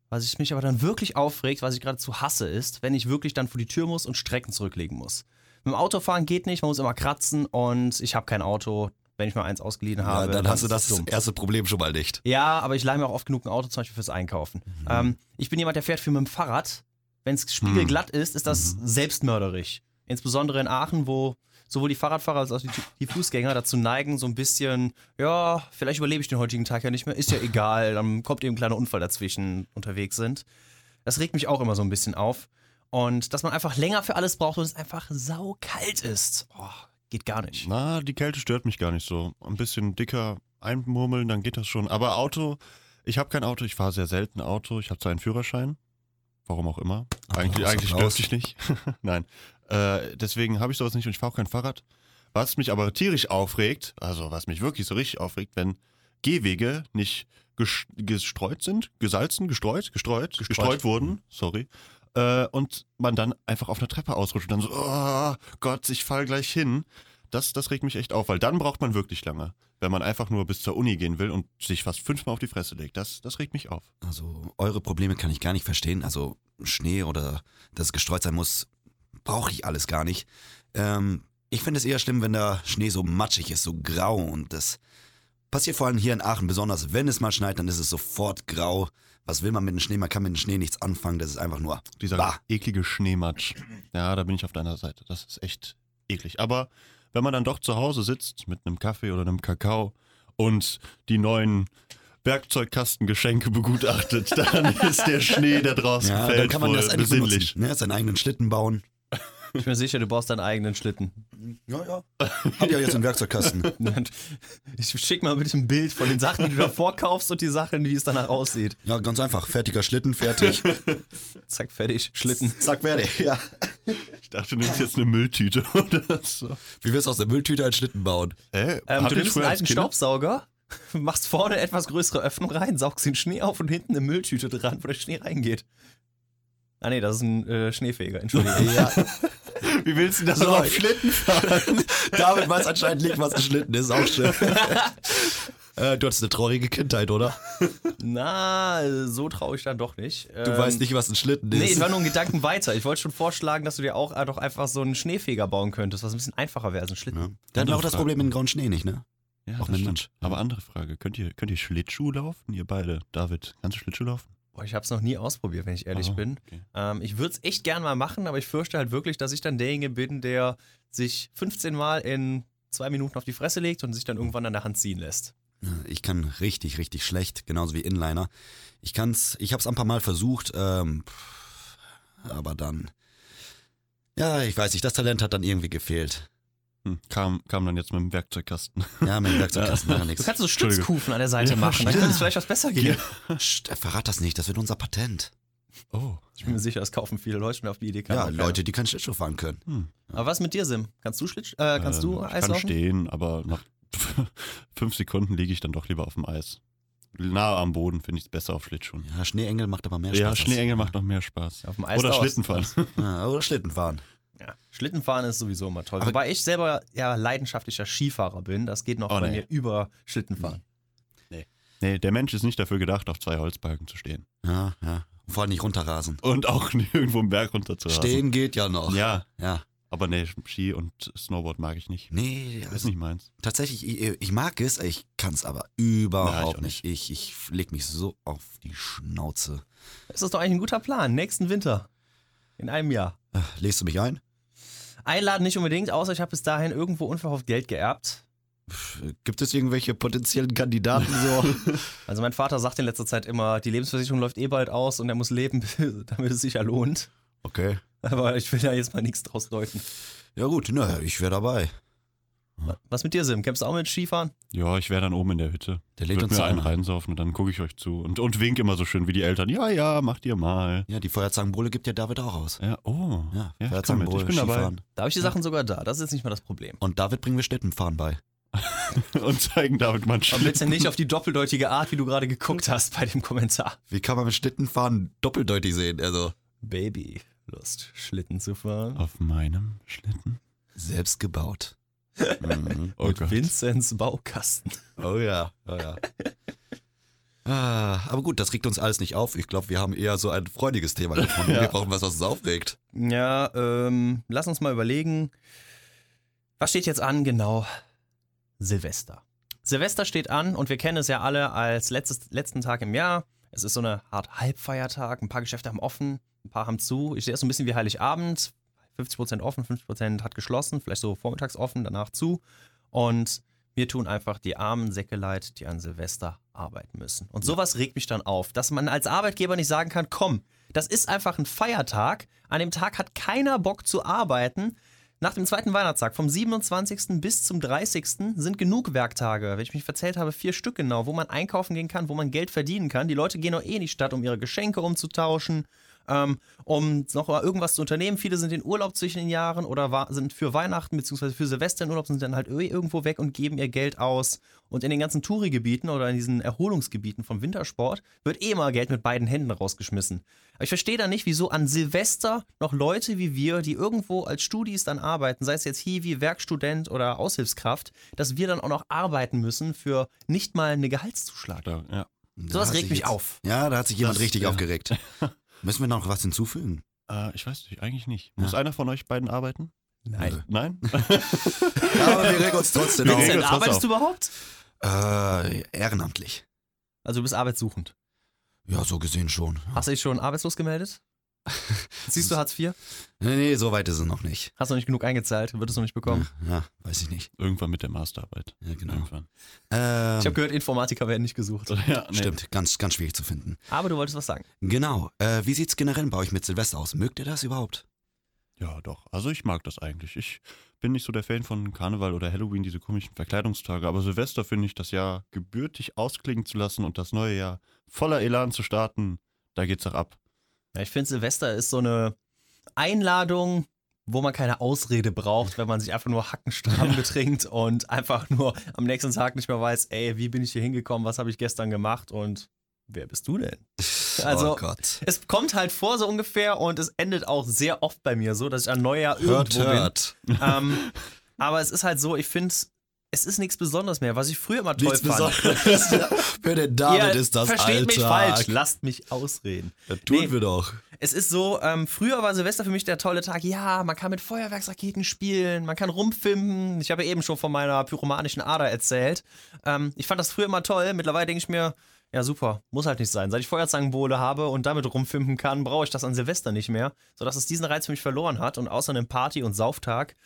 Speaker 3: Was ich mich aber dann wirklich aufregt, was ich geradezu hasse, ist, wenn ich wirklich dann vor die Tür muss und Strecken zurücklegen muss. Mit dem Autofahren geht nicht, man muss immer kratzen und ich habe kein Auto. Wenn ich mal eins ausgeliehen habe,
Speaker 1: Ja, dann hast du
Speaker 3: ist es
Speaker 1: das
Speaker 3: dumm.
Speaker 1: erste Problem schon mal nicht.
Speaker 3: Ja, aber ich leih mir auch oft genug ein Auto, zum Beispiel fürs Einkaufen. Ähm, ich bin jemand, der fährt viel mit dem Fahrrad. Wenn es spiegelglatt ist, ist das selbstmörderisch. Insbesondere in Aachen, wo sowohl die Fahrradfahrer als auch die, die Fußgänger dazu neigen, so ein bisschen, ja, vielleicht überlebe ich den heutigen Tag ja nicht mehr, ist ja egal, dann kommt eben ein kleiner Unfall dazwischen, unterwegs sind. Das regt mich auch immer so ein bisschen auf. Und dass man einfach länger für alles braucht und es einfach saukalt ist, oh, geht gar nicht.
Speaker 2: Na, die Kälte stört mich gar nicht so. Ein bisschen dicker einmurmeln, dann geht das schon. Aber Auto, ich habe kein Auto, ich fahre sehr selten Auto. Ich habe zwar einen Führerschein. Warum auch immer. Eigentlich,
Speaker 1: Applaus,
Speaker 2: eigentlich
Speaker 1: Applaus.
Speaker 2: stört mich nicht. Nein. Äh, deswegen habe ich sowas nicht und ich fahre auch kein Fahrrad. Was mich aber tierisch aufregt, also was mich wirklich so richtig aufregt, wenn Gehwege nicht ges gestreut sind, gesalzen, gestreut, gestreut, gestreut, wurden, sorry. Äh, und man dann einfach auf einer Treppe ausrutscht und dann so, oh Gott, ich fall gleich hin. Das, das regt mich echt auf, weil dann braucht man wirklich lange. Wenn man einfach nur bis zur Uni gehen will und sich fast fünfmal auf die Fresse legt, das, das regt mich auf.
Speaker 1: Also eure Probleme kann ich gar nicht verstehen. Also Schnee oder dass es gestreut sein muss, brauche ich alles gar nicht. Ähm, ich finde es eher schlimm, wenn der Schnee so matschig ist, so grau und das passiert vor allem hier in Aachen besonders. Wenn es mal schneit, dann ist es sofort grau. Was will man mit dem Schnee? Man kann mit dem Schnee nichts anfangen. Das ist einfach nur
Speaker 2: Dieser
Speaker 1: Bah.
Speaker 2: eklige Schneematsch. Ja, da bin ich auf deiner Seite. Das ist echt eklig. Aber wenn man dann doch zu Hause sitzt mit einem Kaffee oder einem Kakao und die neuen Werkzeugkastengeschenke begutachtet, dann ist der Schnee, der draußen
Speaker 1: Ja,
Speaker 2: fällt,
Speaker 1: dann kann man
Speaker 2: wohl
Speaker 1: das eigentlich
Speaker 2: besinnlich.
Speaker 1: benutzen. Ne, seinen eigenen Schlitten bauen.
Speaker 3: Ich bin mir sicher, du baust deinen eigenen Schlitten.
Speaker 1: Ja, ja. Habt ihr jetzt im Werkzeugkasten.
Speaker 3: Ich schick mal bitte ein Bild von den Sachen, die du davor kaufst und die Sachen, wie es danach aussieht.
Speaker 1: Ja, ganz einfach. Fertiger Schlitten, fertig.
Speaker 3: Zack, fertig, Schlitten.
Speaker 1: Zack, fertig. Ja.
Speaker 2: Ich dachte, du nimmst jetzt eine Mülltüte oder so.
Speaker 1: Wie wirst du aus der Mülltüte einen Schlitten bauen?
Speaker 2: Hä?
Speaker 3: Ähm,
Speaker 2: Habt
Speaker 3: du
Speaker 2: ihr das
Speaker 3: nimmst
Speaker 2: früher
Speaker 3: einen
Speaker 2: als
Speaker 3: alten
Speaker 2: Kinder-
Speaker 3: Staubsauger, machst vorne eine etwas größere Öffnung rein, saugst den Schnee auf und hinten eine Mülltüte dran, wo der Schnee reingeht. Ah nee, das ist ein äh, Schneefeger, Entschuldigung.
Speaker 1: Ja,
Speaker 2: Wie willst du das
Speaker 1: So,
Speaker 2: auf
Speaker 1: ich-
Speaker 2: Schlitten fahren?
Speaker 1: David weiß anscheinend nicht, was geschnitten ist. Auch schön. äh, du hattest eine traurige Kindheit, oder?
Speaker 3: Na, äh, so traurig dann doch nicht.
Speaker 1: Du
Speaker 3: Ähm,
Speaker 1: weißt nicht, was ein Schlitten
Speaker 3: Nee,
Speaker 1: ist.
Speaker 3: ich war nur in Gedanken weiter. Ich wollte schon vorschlagen, dass du dir auch äh, doch einfach so einen Schneefeger bauen könntest, was ein bisschen einfacher wäre als ein Schlitten.
Speaker 1: ja. Dann
Speaker 2: Andere
Speaker 1: auch das
Speaker 2: Frage.
Speaker 1: Problem mit dem grauen Schnee nicht, ne?
Speaker 2: Ja,
Speaker 1: Auf
Speaker 2: das
Speaker 1: einen
Speaker 2: stimmt.
Speaker 1: Matsch.
Speaker 2: Aber andere Frage. Könnt ihr, könnt ihr Schlittschuh laufen? Ihr beide. David, kannst du Schlittschuh laufen?
Speaker 3: Boah, ich habe es noch nie ausprobiert, wenn ich ehrlich
Speaker 2: Aha,
Speaker 3: bin.
Speaker 2: okay.
Speaker 3: Ähm, ich würde es echt gern mal machen, aber ich fürchte halt wirklich, dass ich dann derjenige bin, der sich 15 Mal in zwei Minuten auf die Fresse legt und sich dann irgendwann an der Hand ziehen lässt.
Speaker 1: Ich kann richtig, richtig schlecht, genauso wie Inliner. Ich kann's, ich hab's ein paar Mal versucht, ähm, pff, aber dann. Ja, ich weiß nicht, das Talent hat dann irgendwie gefehlt.
Speaker 2: Hm, Kam, kam dann jetzt mit dem Werkzeugkasten.
Speaker 1: Ja, mit dem Werkzeugkasten nachher
Speaker 3: Du
Speaker 1: nichts.
Speaker 3: kannst so
Speaker 2: Entschuldigung.
Speaker 3: Stützkufen an der Seite
Speaker 2: Ja,
Speaker 3: machen, dann
Speaker 2: stimmt.
Speaker 3: könnte es vielleicht was besser gehen.
Speaker 2: Ja.
Speaker 1: Psst, verrat das nicht, das wird unser Patent.
Speaker 2: Oh.
Speaker 3: Ich bin mir sicher, das kaufen viele Leute, mir auf die Idee kam
Speaker 1: Ja,
Speaker 3: auch keiner.
Speaker 1: Leute, die kein Schlittschuh fahren können.
Speaker 2: Hm.
Speaker 3: Aber was mit dir, Sim? Kannst du, Schlitsch äh, kannst du
Speaker 2: Ähm, ich
Speaker 3: Eis
Speaker 2: kann
Speaker 3: laufen?
Speaker 2: stehen, aber nach fünf Sekunden liege ich dann doch lieber auf dem Eis. Nahe am Boden finde ich es besser auf Schlittschuhen.
Speaker 1: Ja, Schneeengel macht aber mehr Spaß.
Speaker 2: Ja,
Speaker 1: als-
Speaker 2: Schneeengel macht noch mehr Spaß.
Speaker 3: Auf dem Eis
Speaker 2: Oder
Speaker 3: dauert's.
Speaker 2: Schlittenfahren.
Speaker 1: Ja, oder Schlitten fahren.
Speaker 3: Ja. Schlittenfahren ist sowieso immer toll.
Speaker 1: Aber-
Speaker 3: Wobei ich selber ja leidenschaftlicher Skifahrer bin. Das geht noch
Speaker 2: Oh,
Speaker 3: bei
Speaker 2: nee.
Speaker 3: mir über Schlittenfahren.
Speaker 2: Nee, der Mensch ist nicht dafür gedacht, auf zwei Holzbalken zu stehen.
Speaker 1: Ja, ja. Vor allem nicht runterrasen.
Speaker 2: Und auch nicht irgendwo einen Berg runter zu rasen.
Speaker 1: Stehen geht ja noch.
Speaker 2: Ja,
Speaker 1: Ja.
Speaker 2: Aber nee, Ski und Snowboard mag ich nicht.
Speaker 1: Nee,
Speaker 2: Ist
Speaker 1: also
Speaker 2: nicht meins.
Speaker 1: tatsächlich, ich, ich mag es, ich kann es aber überhaupt
Speaker 2: auch
Speaker 1: nicht. Ich, ich leg mich so auf die Schnauze.
Speaker 3: Das ist doch eigentlich ein guter Plan. Nächsten Winter. In einem Jahr.
Speaker 1: Äh, Lädst du mich ein?
Speaker 3: Einladen nicht unbedingt, außer ich habe bis dahin irgendwo unverhofft Geld geerbt.
Speaker 1: Gibt es irgendwelche potenziellen Kandidaten so?
Speaker 3: Also mein Vater sagt in letzter Zeit immer, die Lebensversicherung läuft eh bald aus und er muss leben, damit es sich ja lohnt.
Speaker 1: okay.
Speaker 3: Aber ich will da jetzt mal nichts draus deuten.
Speaker 1: Ja gut, na, ich wäre dabei.
Speaker 3: Was mit dir, Sim? Kämpfst du auch mit Skifahren?
Speaker 2: Ja, ich wäre dann oben in der Hütte.
Speaker 1: Der
Speaker 2: Ich
Speaker 1: lädt
Speaker 2: würde
Speaker 1: uns
Speaker 2: mir einen
Speaker 1: ein.
Speaker 2: reinsaufen und dann gucke ich euch zu. Und, und wink immer so schön wie die Eltern. Ja, ja, macht ihr mal.
Speaker 1: Ja, die Feuerzangenbowle gibt ja David auch aus.
Speaker 2: Ja, oh.
Speaker 1: Ja,
Speaker 2: ich komm mit.
Speaker 1: Feuerzangenbowle,
Speaker 2: Ich bin dabei.
Speaker 1: Skifahren.
Speaker 3: Da habe ich die Sachen sogar da. Das ist jetzt nicht mal das Problem.
Speaker 1: Und David bringen wir Schlittenfahren bei.
Speaker 2: Und zeigen David mal einen
Speaker 3: Aber
Speaker 2: Schlitten.
Speaker 3: bitte nicht auf die doppeldeutige Art, wie du gerade geguckt hast bei dem Kommentar.
Speaker 1: Wie kann man mit Schlittenfahren doppeldeutig sehen? Also
Speaker 3: Baby, Lust, Schlitten zu fahren.
Speaker 2: Auf meinem Schlitten?
Speaker 1: selbst gebaut. mhm.
Speaker 2: Oh Gott.
Speaker 3: Vinzenz Baukasten.
Speaker 1: Oh ja, oh ja. Ah, aber gut, das regt uns alles nicht auf. Ich glaube, wir haben eher so ein freudiges Thema gefunden.
Speaker 2: Ja.
Speaker 1: Wir brauchen was, was uns aufregt.
Speaker 3: Ja, ähm, lass uns mal überlegen. Was steht jetzt an, genau? Silvester. Silvester steht an und wir kennen es ja alle als letztes, letzten Tag im Jahr. Es ist so eine Art Halbfeiertag. Ein paar Geschäfte haben offen, ein paar haben zu. Ich sehe es so ein bisschen wie Heiligabend. 50% offen, 50% hat geschlossen, vielleicht so vormittags offen, danach zu. Und mir tun einfach die armen Säcke leid, die an Silvester arbeiten müssen. Und sowas regt mich dann auf, dass man als Arbeitgeber nicht sagen kann, komm, das ist einfach ein Feiertag. An dem Tag hat keiner Bock zu arbeiten. Nach dem zweiten Weihnachtstag, vom 27. bis zum 30. sind genug Werktage, wenn ich mich verzählt habe, vier Stück genau, wo man einkaufen gehen kann, wo man Geld verdienen kann. Die Leute gehen doch eh in die Stadt, um ihre Geschenke umzutauschen, ähm, um noch mal irgendwas zu unternehmen. Viele sind in Urlaub zwischen den Jahren oder wa- sind für Weihnachten bzw. für Silvester in Urlaub, sind dann halt eh irgendwo weg und geben ihr Geld aus. Und in den ganzen Touri-Gebieten oder in diesen Erholungsgebieten vom Wintersport wird eh mal Geld mit beiden Händen rausgeschmissen. Aber ich verstehe da nicht, wieso an Silvester noch Leute wie wir, die irgendwo als Studis dann arbeiten, sei es jetzt Hiwi, Werkstudent oder Aushilfskraft, dass wir dann auch noch arbeiten müssen für nicht mal eine Gehaltszuschlag.
Speaker 2: Da, ja.
Speaker 1: Da
Speaker 3: Sowas
Speaker 1: hat
Speaker 3: regt
Speaker 1: sich
Speaker 3: mich
Speaker 1: jetzt-
Speaker 3: auf.
Speaker 1: Ja, da hat sich jemand
Speaker 2: Das,
Speaker 1: richtig
Speaker 2: ja.
Speaker 1: aufgeregt. Müssen wir noch was hinzufügen?
Speaker 2: Äh, ich weiß nicht, eigentlich nicht. Muss einer von euch beiden arbeiten?
Speaker 1: Nein.
Speaker 2: Nein?
Speaker 1: Ja, aber wir regen uns trotzdem
Speaker 2: Wir
Speaker 1: auf.
Speaker 2: regen
Speaker 3: Vincent,
Speaker 2: uns was
Speaker 3: arbeitest
Speaker 2: auf.
Speaker 3: du überhaupt?
Speaker 1: Äh, ehrenamtlich.
Speaker 3: Also du bist arbeitssuchend.
Speaker 1: Ja, so gesehen schon.
Speaker 3: Hast du dich schon arbeitslos gemeldet? Siehst du Hartz IV?
Speaker 1: Nee, nee, so weit ist es noch nicht.
Speaker 3: Hast noch nicht genug eingezahlt, wird es noch nicht bekommen.
Speaker 1: Ja, weiß ich nicht.
Speaker 2: Irgendwann mit der Masterarbeit.
Speaker 1: Ja, genau.
Speaker 2: Irgendwann.
Speaker 1: Ähm,
Speaker 3: Ich habe gehört, Informatiker werden nicht gesucht.
Speaker 2: Ja, nee.
Speaker 1: Stimmt, ganz, ganz schwierig zu finden.
Speaker 3: Aber du wolltest was sagen.
Speaker 1: Genau. Äh, wie sieht's generell bei euch mit Silvester aus? Mögt ihr das überhaupt?
Speaker 2: Ja, doch. Also ich mag das eigentlich. Ich bin nicht so der Fan von Karneval oder Halloween, diese komischen Verkleidungstage. Aber Silvester finde ich, das Jahr gebürtig ausklingen zu lassen und das neue Jahr voller Elan zu starten, da geht's doch ab.
Speaker 3: Ja, ich finde, Silvester ist so eine Einladung, wo man keine Ausrede braucht, wenn man sich einfach nur Hackenstramm betrinkt und einfach nur am nächsten Tag nicht mehr weiß, ey, wie bin ich hier hingekommen, was habe ich gestern gemacht und wer bist du denn? Also,
Speaker 1: oh Gott.
Speaker 3: es kommt halt vor so ungefähr und es endet auch sehr oft bei mir so, dass ich an Neujahr
Speaker 1: Hört,
Speaker 3: irgendwo bin.
Speaker 1: hört.
Speaker 3: Ähm, aber es ist halt so, ich finde, es ist nichts Besonderes mehr, was ich früher immer toll
Speaker 1: Nichts
Speaker 3: fand.
Speaker 1: Besonderes. Für den
Speaker 3: Ihr
Speaker 1: David ist das
Speaker 3: versteht
Speaker 1: Alltag.
Speaker 3: mich falsch, lasst mich ausreden.
Speaker 1: Das tun
Speaker 3: Nee.
Speaker 1: wir doch.
Speaker 3: Es ist so, ähm, früher war Silvester für mich der tolle Tag. Ja, man kann mit Feuerwerksraketen spielen, man kann rumpfimpen. Ich habe ja eben schon von meiner pyromanischen Ader erzählt. Ähm, ich fand das früher immer toll. Mittlerweile denke ich mir, ja super, muss halt nicht sein. Seit ich Feuerzangenbowle habe und damit rumpfimpen kann, brauche ich das an Silvester nicht mehr. Sodass es diesen Reiz für mich verloren hat. Und außer einem Party- und Sauftag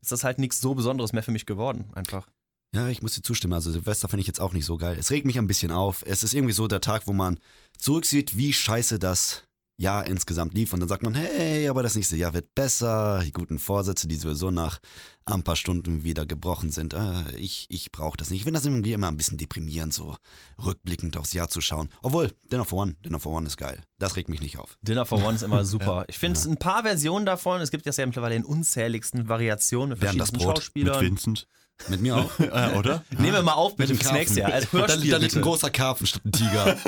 Speaker 3: ist das halt nichts so Besonderes mehr für mich geworden. Einfach.
Speaker 1: Ja, ich muss dir zustimmen. Also Silvester finde ich jetzt auch nicht so geil. Es regt mich ein bisschen auf. Es ist irgendwie so der Tag, wo man zurücksieht, wie scheiße das Jahr insgesamt lief. Und dann sagt man, hey, aber das nächste Jahr wird besser. Die guten Vorsätze, die sowieso nach ein paar Stunden wieder gebrochen sind. Äh, ich ich brauche das nicht. Ich finde das irgendwie immer ein bisschen deprimierend, so rückblickend aufs Jahr zu schauen. Obwohl, Dinner for One, Dinner for One ist geil. Das regt mich nicht auf.
Speaker 3: Dinner for One ist immer super. Ich finde ein paar Versionen davon. Es gibt das ja mittlerweile in unzähligsten Variationen mit
Speaker 1: Während das
Speaker 3: verschiedensten
Speaker 1: Brot
Speaker 2: Mit
Speaker 3: Schauspielern.
Speaker 2: Vincent.
Speaker 1: Mit mir auch.
Speaker 2: äh, oder?
Speaker 3: Nehmen wir mal auf, bitte,
Speaker 1: Mit dem
Speaker 3: fürs nächste Jahr. Als
Speaker 1: da,
Speaker 3: Hörspiel,
Speaker 1: da liegt ein
Speaker 3: bitte.
Speaker 1: großer Karpfen statt ein Tiger.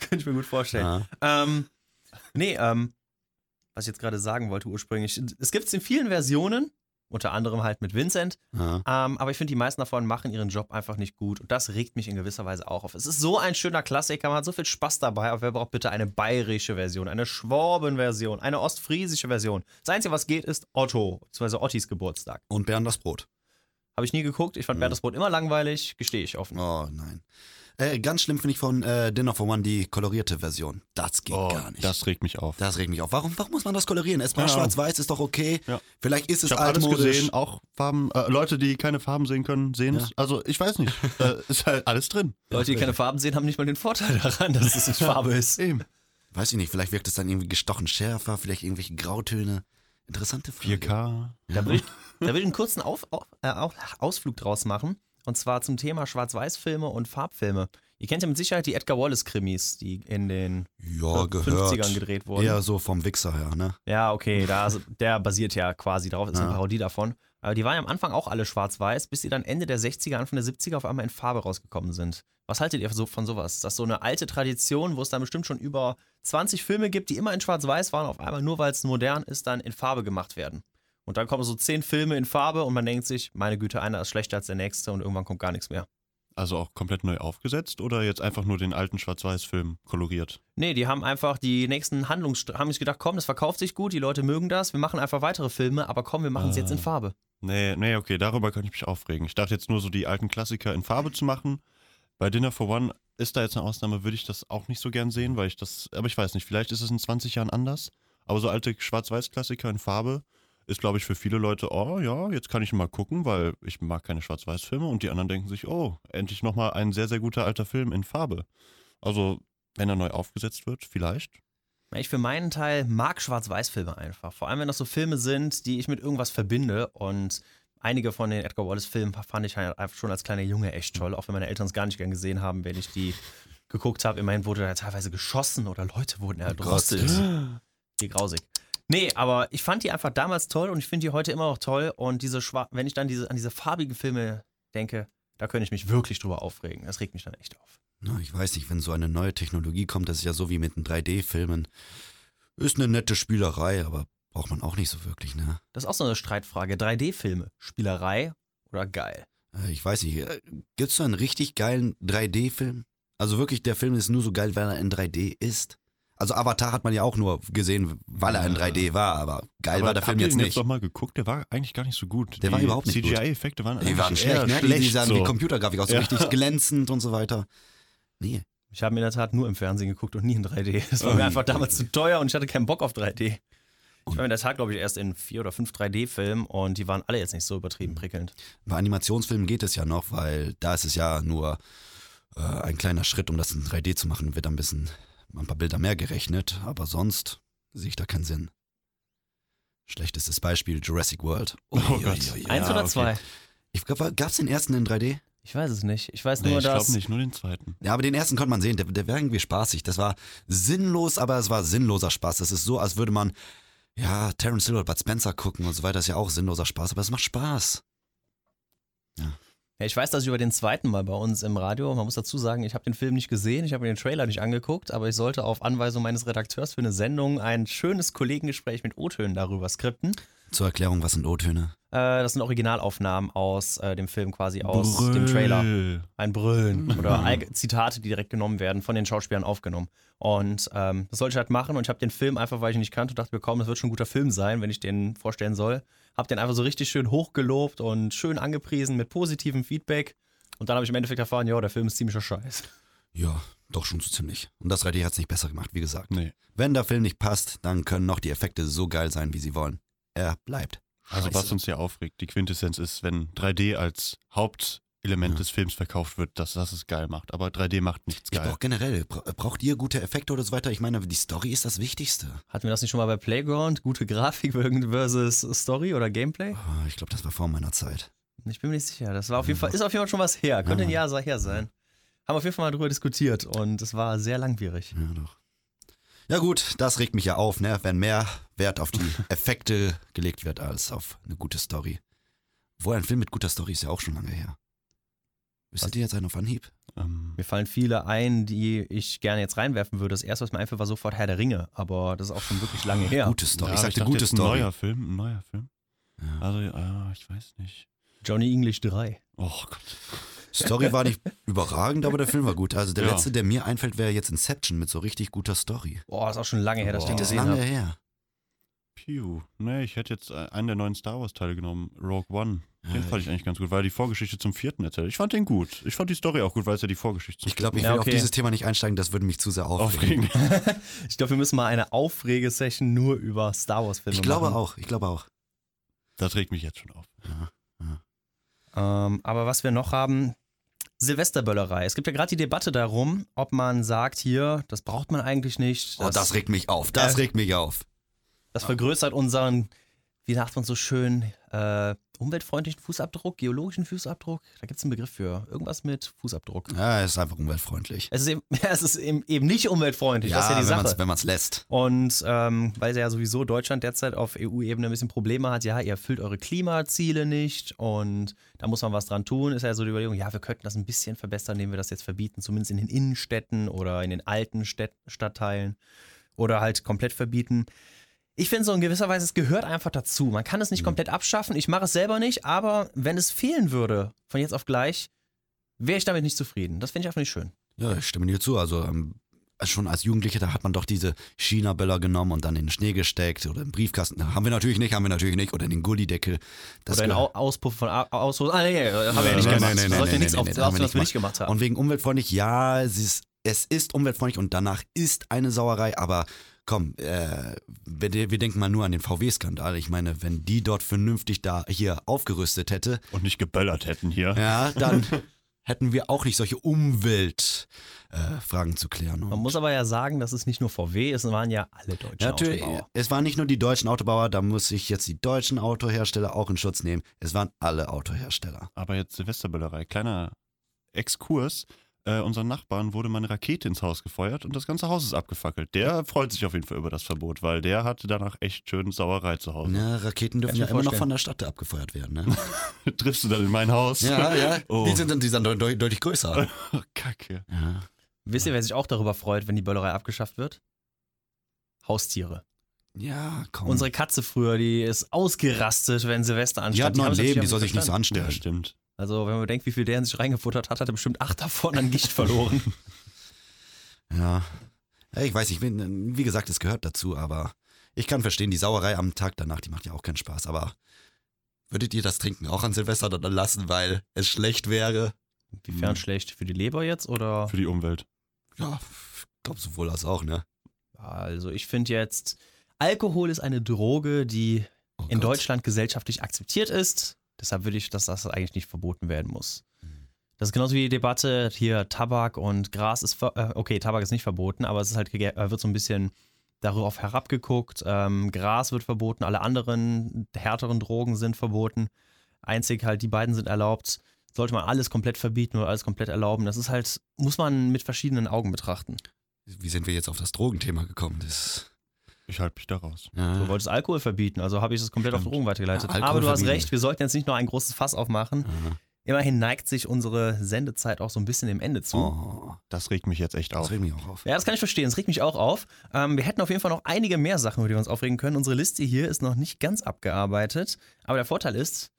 Speaker 3: Könnte ich mir gut vorstellen.
Speaker 1: ja.
Speaker 3: Ähm, nee, ähm, was ich jetzt gerade sagen wollte ursprünglich. Es gibt es in vielen Versionen. Unter anderem halt mit Vincent.
Speaker 1: Ja.
Speaker 3: Ähm, aber ich finde, die meisten davon machen ihren Job einfach nicht gut. Und das regt mich in gewisser Weise auch auf. Es ist so ein schöner Klassiker, man hat so viel Spaß dabei, aber wer braucht bitte eine bayerische Version, eine Schwaben-Version, eine ostfriesische Version? Das Einzige, was geht, ist Otto, beziehungsweise Ottis Geburtstag.
Speaker 1: Und Bern das Brot.
Speaker 3: Habe ich nie geguckt. Ich fand
Speaker 1: Mhm.
Speaker 3: mhm. Brot immer langweilig, gestehe ich offen.
Speaker 1: Oh nein. Äh, ganz schlimm finde ich von äh, Dinner for One die kolorierte Version. Das geht
Speaker 2: Oh,
Speaker 1: gar nicht.
Speaker 2: Das regt mich auf.
Speaker 1: Das regt mich auf. Warum, warum muss man das kolorieren? Erstmal
Speaker 2: Ja.
Speaker 1: schwarz-weiß ist doch okay.
Speaker 2: Ja.
Speaker 1: Vielleicht ist es
Speaker 2: ich habe alles
Speaker 1: altmodisch.
Speaker 2: gesehen, auch Farben. Äh, Leute, die keine Farben sehen können, sehen es.
Speaker 1: Ja.
Speaker 2: Also ich weiß nicht. äh, ist halt alles drin.
Speaker 3: Leute, die keine Farben sehen, haben nicht mal den Vorteil daran, dass es nicht Farbe ist.
Speaker 2: Eben.
Speaker 1: Weiß ich nicht, vielleicht wirkt es dann irgendwie gestochen schärfer, vielleicht irgendwelche Grautöne. Interessante Frage.
Speaker 2: 4K.
Speaker 3: Da will ich, da will ich einen kurzen auf, auf, äh, Au- Ausflug draus machen. Und zwar zum Thema Schwarz-Weiß-Filme und Farbfilme. Ihr kennt ja mit Sicherheit die Edgar Wallace-Krimis, die in den
Speaker 1: Ja, gehört.
Speaker 3: 50ern gedreht wurden.
Speaker 1: Eher so vom Wichser her, ne?
Speaker 3: Ja, okay, da, der basiert ja quasi darauf, ist eine
Speaker 1: Ja.
Speaker 3: Parodie davon. Aber die waren ja am Anfang auch alle schwarz-weiß, bis sie dann Ende der 60er, Anfang der 70er auf einmal in Farbe rausgekommen sind. Was haltet ihr so von sowas? Ist Das so eine alte Tradition, wo es dann bestimmt schon über 20 Filme gibt, die immer in schwarz-weiß waren, auf einmal nur weil es modern ist, dann in Farbe gemacht werden. Und dann kommen so 10 Filme in Farbe und man denkt sich, meine Güte, einer ist schlechter als der nächste und irgendwann kommt gar nichts mehr.
Speaker 2: Also auch komplett neu aufgesetzt oder jetzt einfach nur den alten Schwarz-Weiß-Film koloriert?
Speaker 3: Nee, die haben einfach die nächsten Handlungsstränge, haben sich gedacht, komm, das verkauft sich gut, die Leute mögen das, wir machen einfach weitere Filme, aber komm, wir machen es jetzt in
Speaker 2: Ah.
Speaker 3: Farbe.
Speaker 2: Nee, nee, okay, darüber kann ich mich aufregen. Ich dachte jetzt nur so die alten Klassiker in Farbe zu machen. Bei Dinner for One ist da jetzt eine Ausnahme, würde ich das auch nicht so gern sehen, weil ich das, aber ich weiß nicht, vielleicht ist es in 20 Jahren anders. Aber so alte Schwarz-Weiß-Klassiker in Farbe ist, glaube ich, für viele Leute, oh ja, jetzt kann ich mal gucken, weil ich mag keine Schwarz-Weiß-Filme und die anderen denken sich, oh, endlich nochmal ein sehr, sehr guter alter Film in Farbe. Also, wenn er neu aufgesetzt wird, vielleicht.
Speaker 3: Ich für meinen Teil mag Schwarz-Weiß-Filme einfach. Vor allem, wenn das so Filme sind, die ich mit irgendwas verbinde. Und einige von den Edgar Wallace-Filmen fand ich halt einfach schon als kleiner Junge echt toll. Auch wenn meine Eltern es gar nicht gern gesehen haben, wenn ich die geguckt habe. Immerhin wurde da teilweise geschossen oder Leute wurden erdrosselt. Die grausig. Nee, aber ich fand die einfach damals toll und ich finde die heute immer noch toll. Und diese Schwa wenn ich dann diese, an diese farbigen Filme denke, da könnte ich mich wirklich drüber aufregen. Das regt mich dann echt auf.
Speaker 1: Na, ich weiß nicht, wenn so eine neue Technologie kommt, das ist ja so wie mit den 3D-Filmen. Ist eine nette Spielerei, aber braucht man auch nicht so wirklich, ne?
Speaker 3: Das ist auch so eine Streitfrage. 3D-Filme, Spielerei oder geil?
Speaker 1: Äh, Ich weiß nicht, äh, gibt's da einen richtig geilen 3D-Film? Also wirklich, der Film ist nur so geil, weil er in 3D ist. Also Avatar hat man ja auch nur gesehen, weil er in 3D war, aber geil
Speaker 2: Aber
Speaker 1: war der Film
Speaker 2: habt ihr
Speaker 1: jetzt
Speaker 2: den
Speaker 1: nicht.
Speaker 2: jetzt nochmal geguckt, der war eigentlich gar nicht so gut.
Speaker 1: Der war
Speaker 2: Die
Speaker 1: überhaupt nicht gut.
Speaker 2: CGI-Effekte waren
Speaker 1: die waren
Speaker 2: eigentlich
Speaker 1: schlecht,
Speaker 2: eher
Speaker 1: ne? Die,
Speaker 2: schlecht
Speaker 1: die sahen
Speaker 2: so.
Speaker 1: wie Computergrafik aus, so
Speaker 2: Ja.
Speaker 1: richtig glänzend und so weiter. Nee.
Speaker 3: Ich habe in der Tat nur im Fernsehen geguckt und nie in 3D. Das
Speaker 2: Oh
Speaker 3: war mir
Speaker 1: Ähm.
Speaker 3: einfach damals zu teuer und ich hatte keinen Bock auf 3D. Ich war in der Tat, glaube ich, erst in vier oder fünf 3D-Filmen und die waren alle jetzt nicht so
Speaker 2: Hm.
Speaker 3: übertrieben prickelnd.
Speaker 1: Bei Animationsfilmen geht es ja noch, weil da ist es ja nur äh, ein kleiner Schritt, um das in 3D zu machen, wird ein bisschen ein paar Bilder mehr gerechnet, aber sonst sehe ich da keinen Sinn. Schlechtestes Beispiel Jurassic World.
Speaker 2: Oh
Speaker 1: Uiuiui.
Speaker 2: Gott.
Speaker 3: Eins
Speaker 2: Ja,
Speaker 3: oder
Speaker 2: okay.
Speaker 3: zwei?
Speaker 1: Ich glaube, gab es den ersten in 3D?
Speaker 3: Ich weiß es nicht. Ich weiß
Speaker 2: Nee,
Speaker 3: nur,
Speaker 2: ich
Speaker 3: dass.
Speaker 2: glaube nicht, nur den zweiten.
Speaker 1: Ja, aber den ersten konnte man sehen, der, der war irgendwie spaßig. Das war sinnlos, aber es war sinnloser Spaß. Das ist so, als würde man, ja, Terrence Hill oder Bud Spencer gucken und so weiter, ist ja auch sinnloser Spaß, aber es macht Spaß.
Speaker 3: Ja, ich weiß, dass ich über den zweiten mal bei uns im Radio, man muss dazu sagen, ich habe den Film nicht gesehen, ich habe mir den Trailer nicht angeguckt, aber ich sollte auf Anweisung meines Redakteurs für eine Sendung ein schönes Kollegengespräch mit O-Tönen darüber skripten.
Speaker 1: Zur Erklärung, was sind O-Töne?
Speaker 3: Äh, das sind Originalaufnahmen aus äh, dem Film quasi, aus dem Trailer. Ein Brüllen oder allge- Zitate, die direkt genommen werden, von den Schauspielern aufgenommen. Und ähm, das sollte ich halt machen und ich habe den Film einfach, weil ich ihn nicht kannte, dachte mir, komm, das wird schon ein guter Film sein, wenn ich den vorstellen soll. Habe den einfach so richtig schön hochgelobt und schön angepriesen mit positivem Feedback. Und dann habe ich im Endeffekt erfahren, ja, der Film ist ziemlicher Scheiß.
Speaker 1: Ja, doch schon so ziemlich. Und das 3D hat es nicht besser gemacht, wie gesagt.
Speaker 2: Nee.
Speaker 1: Wenn der Film nicht passt, dann können noch die Effekte so geil sein, wie sie wollen. Er bleibt.
Speaker 2: Also was
Speaker 1: Scheiße.
Speaker 2: uns ja aufregt, die Quintessenz ist, wenn 3D als Hauptelement
Speaker 1: Ja.
Speaker 2: des Films verkauft wird, dass das es geil macht. Aber 3D macht nichts
Speaker 1: Ich
Speaker 2: geil.
Speaker 1: brauch generell, bra braucht ihr gute Effekte oder so weiter? Ich meine, die Story ist das Wichtigste.
Speaker 3: Hatten wir das nicht schon mal bei Playground? Gute Grafik versus Story oder Gameplay?
Speaker 1: Ah, Ich glaube, das war vor meiner Zeit.
Speaker 3: Ich bin mir nicht sicher. Das war auf jeden Fall, ist auf jeden Fall schon was her. Könnte ein Jahr her sein. Haben auf jeden Fall mal drüber diskutiert und es war sehr langwierig.
Speaker 1: Ja, doch. Ja gut, das regt mich ja auf, ne? wenn mehr Wert auf die Effekte gelegt wird als auf eine gute Story. Wohl ein Film mit guter Story ist ja auch schon lange her. Wisst ihr jetzt einen auf Anhieb?
Speaker 2: Ähm,
Speaker 3: Mir fallen viele ein, die ich gerne jetzt reinwerfen würde. Das erste, was mir einfiel, war sofort Herr der Ringe, aber das ist auch schon wirklich lange her.
Speaker 1: Gute Story.
Speaker 2: ja,
Speaker 1: ich
Speaker 2: aber
Speaker 1: sagte
Speaker 2: dachte
Speaker 1: gute
Speaker 2: jetzt,
Speaker 1: Story.
Speaker 2: Ein neuer Film, ein neuer Film. Also, ah, ich weiß nicht.
Speaker 3: Johnny English 3.
Speaker 2: Oh Gott.
Speaker 1: Story war nicht überragend, aber der Film war gut. Also der
Speaker 2: Ja.
Speaker 1: letzte, der mir einfällt, wäre jetzt Inception mit so richtig guter Story.
Speaker 3: Boah, ist auch schon lange her, dass ich den
Speaker 2: Boah.
Speaker 1: Das ist
Speaker 3: gesehen
Speaker 1: lange
Speaker 3: habe.
Speaker 1: her.
Speaker 2: Pew. Nee, ich hätte jetzt äh, einen der neuen Star Wars Teile genommen, Rogue One. Den
Speaker 1: Ja,
Speaker 2: fand ich eigentlich ganz gut, weil er die Vorgeschichte zum vierten erzählt. Ich fand den gut. Ich fand die Story auch gut, weil es ja die Vorgeschichte zum
Speaker 1: Ich glaube, ich will
Speaker 3: Ja,
Speaker 1: auf
Speaker 3: okay.
Speaker 1: dieses Thema nicht einsteigen, das würde mich zu sehr aufregen.
Speaker 2: aufregen.
Speaker 3: Ich glaube, wir müssen mal eine Aufrege-Session nur über Star Wars-Filme
Speaker 1: Ich glaube
Speaker 3: machen.
Speaker 1: auch, ich glaube auch.
Speaker 2: Das regt mich jetzt schon auf.
Speaker 3: Ähm, aber was wir noch haben, Silvesterböllerei. Es gibt ja gerade die Debatte darum, ob man sagt, hier, das braucht man eigentlich nicht.
Speaker 1: Oh, das regt mich auf, das
Speaker 3: Äh.
Speaker 1: regt mich auf.
Speaker 3: das vergrößert unseren, wie sagt man so schön, äh, umweltfreundlichen Fußabdruck, geologischen Fußabdruck. Da gibt es einen Begriff für. Irgendwas mit Fußabdruck.
Speaker 1: Ja, ist einfach umweltfreundlich.
Speaker 3: Es ist eben, es ist eben, eben nicht umweltfreundlich, das ist ja die
Speaker 1: wenn man's-
Speaker 3: Sache.
Speaker 1: wenn man es lässt.
Speaker 3: Und ähm, weil ja sowieso Deutschland derzeit auf EU-Ebene ein bisschen Probleme hat, ja, ihr erfüllt eure Klimaziele nicht und da muss man was dran tun, ist ja so die Überlegung, ja, wir könnten das ein bisschen verbessern, indem wir das jetzt verbieten, zumindest in den Innenstädten oder in den alten Städt Stadtteilen oder halt komplett verbieten. Ich finde so in gewisser Weise, es gehört einfach dazu. Man kann
Speaker 1: Mhm.
Speaker 3: es nicht komplett abschaffen, ich mache es selber nicht, aber wenn es fehlen würde, von jetzt auf gleich, wäre ich damit nicht zufrieden. Das finde ich einfach nicht schön.
Speaker 1: Ja, ich stimme dir zu. Also ähm, schon als Jugendlicher, da hat man doch diese China-Böller genommen und dann in den Schnee gesteckt oder im Briefkasten. Haben wir natürlich nicht, haben wir natürlich nicht. Oder in den Gullideckel. Das
Speaker 3: Oder ein
Speaker 1: gehört-
Speaker 3: Au Auspuff von Au- Aushosen. Ah, nee, nee, das haben wir ja
Speaker 2: Nee,
Speaker 3: nicht
Speaker 2: nee,
Speaker 3: gemacht.
Speaker 1: nee, nee,
Speaker 3: da sollte
Speaker 1: nee,
Speaker 3: nichts
Speaker 1: nee,
Speaker 3: auf,
Speaker 1: nee,
Speaker 3: auf,
Speaker 1: haben wir
Speaker 3: was wir
Speaker 1: nicht
Speaker 3: nicht gemacht haben.
Speaker 1: Und wegen umweltfreundlich, ja, es ist, es ist umweltfreundlich und danach ist eine Sauerei, aber komm, äh, wir, de- wir denken mal nur an den VW-Skandal. Ich meine, wenn die dort vernünftig da hier aufgerüstet hätte,
Speaker 2: Und nicht geböllert hätten hier.
Speaker 1: ja, dann hätten wir auch nicht solche Umweltfragen äh, Fragen zu klären. Und
Speaker 3: Man muss aber ja sagen, das ist nicht nur VW, es waren ja alle deutschen
Speaker 1: Natürlich,
Speaker 3: Autobauer.
Speaker 1: es waren nicht nur die deutschen Autobauer, da muss ich jetzt die deutschen Autohersteller auch in Schutz nehmen. Es waren alle Autohersteller.
Speaker 2: Aber jetzt Silvesterböllerei. Kleiner Exkurs. Äh, unseren Nachbarn wurde mal eine Rakete ins Haus gefeuert und das ganze Haus ist abgefackelt. Der freut sich auf jeden Fall über das Verbot, weil der hatte danach echt schön Sauerei zu
Speaker 3: Oh.
Speaker 2: Hause.
Speaker 1: Na, Ne, Raketen dürfen
Speaker 3: Kann ich
Speaker 1: ja
Speaker 3: mir
Speaker 1: immer noch
Speaker 3: vorstellen.
Speaker 1: von der Stadt abgefeuert werden, ne?
Speaker 2: Triffst du dann in mein Haus?
Speaker 1: ja, ja.
Speaker 2: Oh.
Speaker 1: Die sind dann die sind deut- deut- deutlich größer.
Speaker 2: Oh, Kacke.
Speaker 1: Ja.
Speaker 3: Wisst ihr, wer sich auch darüber freut, wenn die Böllerei abgeschafft wird? Haustiere.
Speaker 1: Ja, komm.
Speaker 3: Unsere Katze früher, die ist ausgerastet, wenn Silvester anstand.
Speaker 1: die hat noch ein
Speaker 3: haben sich
Speaker 1: Leben, die
Speaker 3: natürlich
Speaker 1: soll sich nicht so
Speaker 3: verstanden.
Speaker 2: Ja,
Speaker 1: anstellen.
Speaker 2: stimmt.
Speaker 3: Also, wenn man bedenkt, wie viel der in sich reingefuttert hat, hat er bestimmt acht davon an Gicht verloren.
Speaker 1: Ja. ja. Ich weiß, ich bin, wie gesagt, es gehört dazu, aber ich kann verstehen, die Sauerei am Tag danach, die macht ja auch keinen Spaß, aber würdet ihr das Trinken auch an Silvester dann lassen, weil es schlecht wäre?
Speaker 3: Inwiefern
Speaker 2: Mhm.
Speaker 3: schlecht? Für die Leber jetzt oder?
Speaker 2: Für die Umwelt.
Speaker 1: Ja, glaubst du wohl das auch, ne?
Speaker 3: Also, ich finde jetzt, Alkohol ist eine Droge, die
Speaker 1: Oh
Speaker 3: in
Speaker 1: Gott.
Speaker 3: Deutschland gesellschaftlich akzeptiert ist. Deshalb würde ich, dass das eigentlich nicht verboten werden muss.
Speaker 1: Mhm.
Speaker 3: Das ist genauso wie die Debatte hier Tabak und Gras ist ver äh, okay, Tabak ist nicht verboten, aber es ist halt gege- äh, wird so ein bisschen darauf herabgeguckt. Ähm, Gras wird verboten, alle anderen härteren Drogen sind verboten. Einzig halt die beiden sind erlaubt. Sollte man alles komplett verbieten oder alles komplett erlauben? Das ist halt muss man mit verschiedenen Augen betrachten.
Speaker 1: Wie sind wir jetzt auf das Drogenthema gekommen? Das,
Speaker 2: Ich halte mich da raus.
Speaker 1: ja.
Speaker 3: Du wolltest Alkohol verbieten, also habe ich das komplett auf
Speaker 2: Stimmt.
Speaker 3: Drogen weitergeleitet.
Speaker 1: Ah. Ja, Alkohol
Speaker 3: aber du hast
Speaker 1: verbieten.
Speaker 3: recht, wir sollten jetzt nicht nur ein großes Fass aufmachen.
Speaker 1: Ja.
Speaker 3: Immerhin neigt sich unsere Sendezeit auch so ein bisschen dem Ende zu.
Speaker 1: Oh,
Speaker 2: Das regt mich jetzt echt
Speaker 1: das
Speaker 2: auf.
Speaker 1: regt mich auch auf.
Speaker 3: Ja, das kann ich verstehen. Das regt mich auch auf. Ähm, wir hätten auf jeden Fall noch einige mehr Sachen, über die wir uns aufregen können. Unsere Liste hier ist noch nicht ganz abgearbeitet. Aber der Vorteil ist,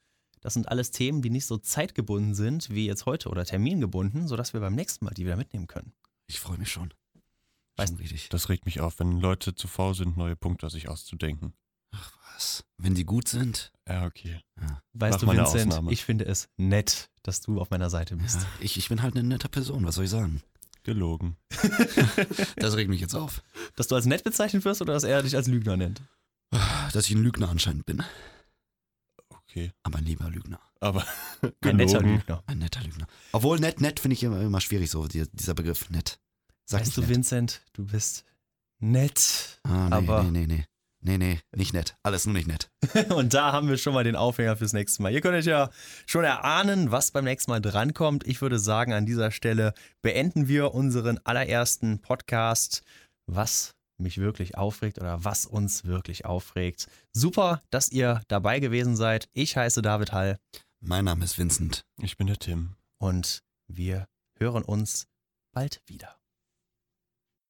Speaker 3: das sind alles Themen, die nicht so zeitgebunden sind, wie jetzt heute oder termingebunden, sodass wir beim nächsten Mal die wieder mitnehmen können.
Speaker 1: Ich freue mich schon.
Speaker 3: Weißt-
Speaker 1: schon richtig.
Speaker 2: Das regt mich auf, wenn Leute zu faul sind, neue Punkte sich auszudenken.
Speaker 1: Ach was. Wenn die gut sind,
Speaker 2: Ja, okay.
Speaker 3: Weißt
Speaker 2: Mach mal
Speaker 3: du,
Speaker 2: eine
Speaker 3: Vincent,
Speaker 2: Ausnahme.
Speaker 3: ich finde es nett, dass du auf meiner Seite bist.
Speaker 1: ja, ich, ich bin halt eine nette Person, was soll ich sagen?
Speaker 2: Gelogen.
Speaker 1: Das regt mich jetzt auf.
Speaker 3: Dass du als nett bezeichnet wirst oder dass er dich als Lügner nennt?
Speaker 1: Dass ich ein Lügner anscheinend bin.
Speaker 2: Okay.
Speaker 1: Aber ein lieber Lügner.
Speaker 2: Aber
Speaker 3: Ein netter
Speaker 2: gelogen.
Speaker 3: Lügner.
Speaker 1: Ein netter Lügner. Obwohl nett, nett finde ich immer, immer schwierig, so die, dieser Begriff nett. Sag
Speaker 3: Weißt
Speaker 1: nicht
Speaker 3: du,
Speaker 1: nett.
Speaker 3: Vincent, du bist nett.
Speaker 1: Ah, nee,
Speaker 3: aber-
Speaker 1: nee, nee, nee. Nee, nee, nicht nett. Alles nur nicht nett.
Speaker 3: Und da haben wir schon mal den Aufhänger fürs nächste Mal. Ihr könnt euch ja schon erahnen, was beim nächsten Mal drankommt. Ich würde sagen, an dieser Stelle beenden wir unseren allerersten Podcast, was mich wirklich aufregt oder was uns wirklich aufregt. Super, dass ihr dabei gewesen seid. Ich heiße David Hall
Speaker 1: Mein Name ist Vincent.
Speaker 2: Ich bin der Tim.
Speaker 3: und wir hören uns bald wieder.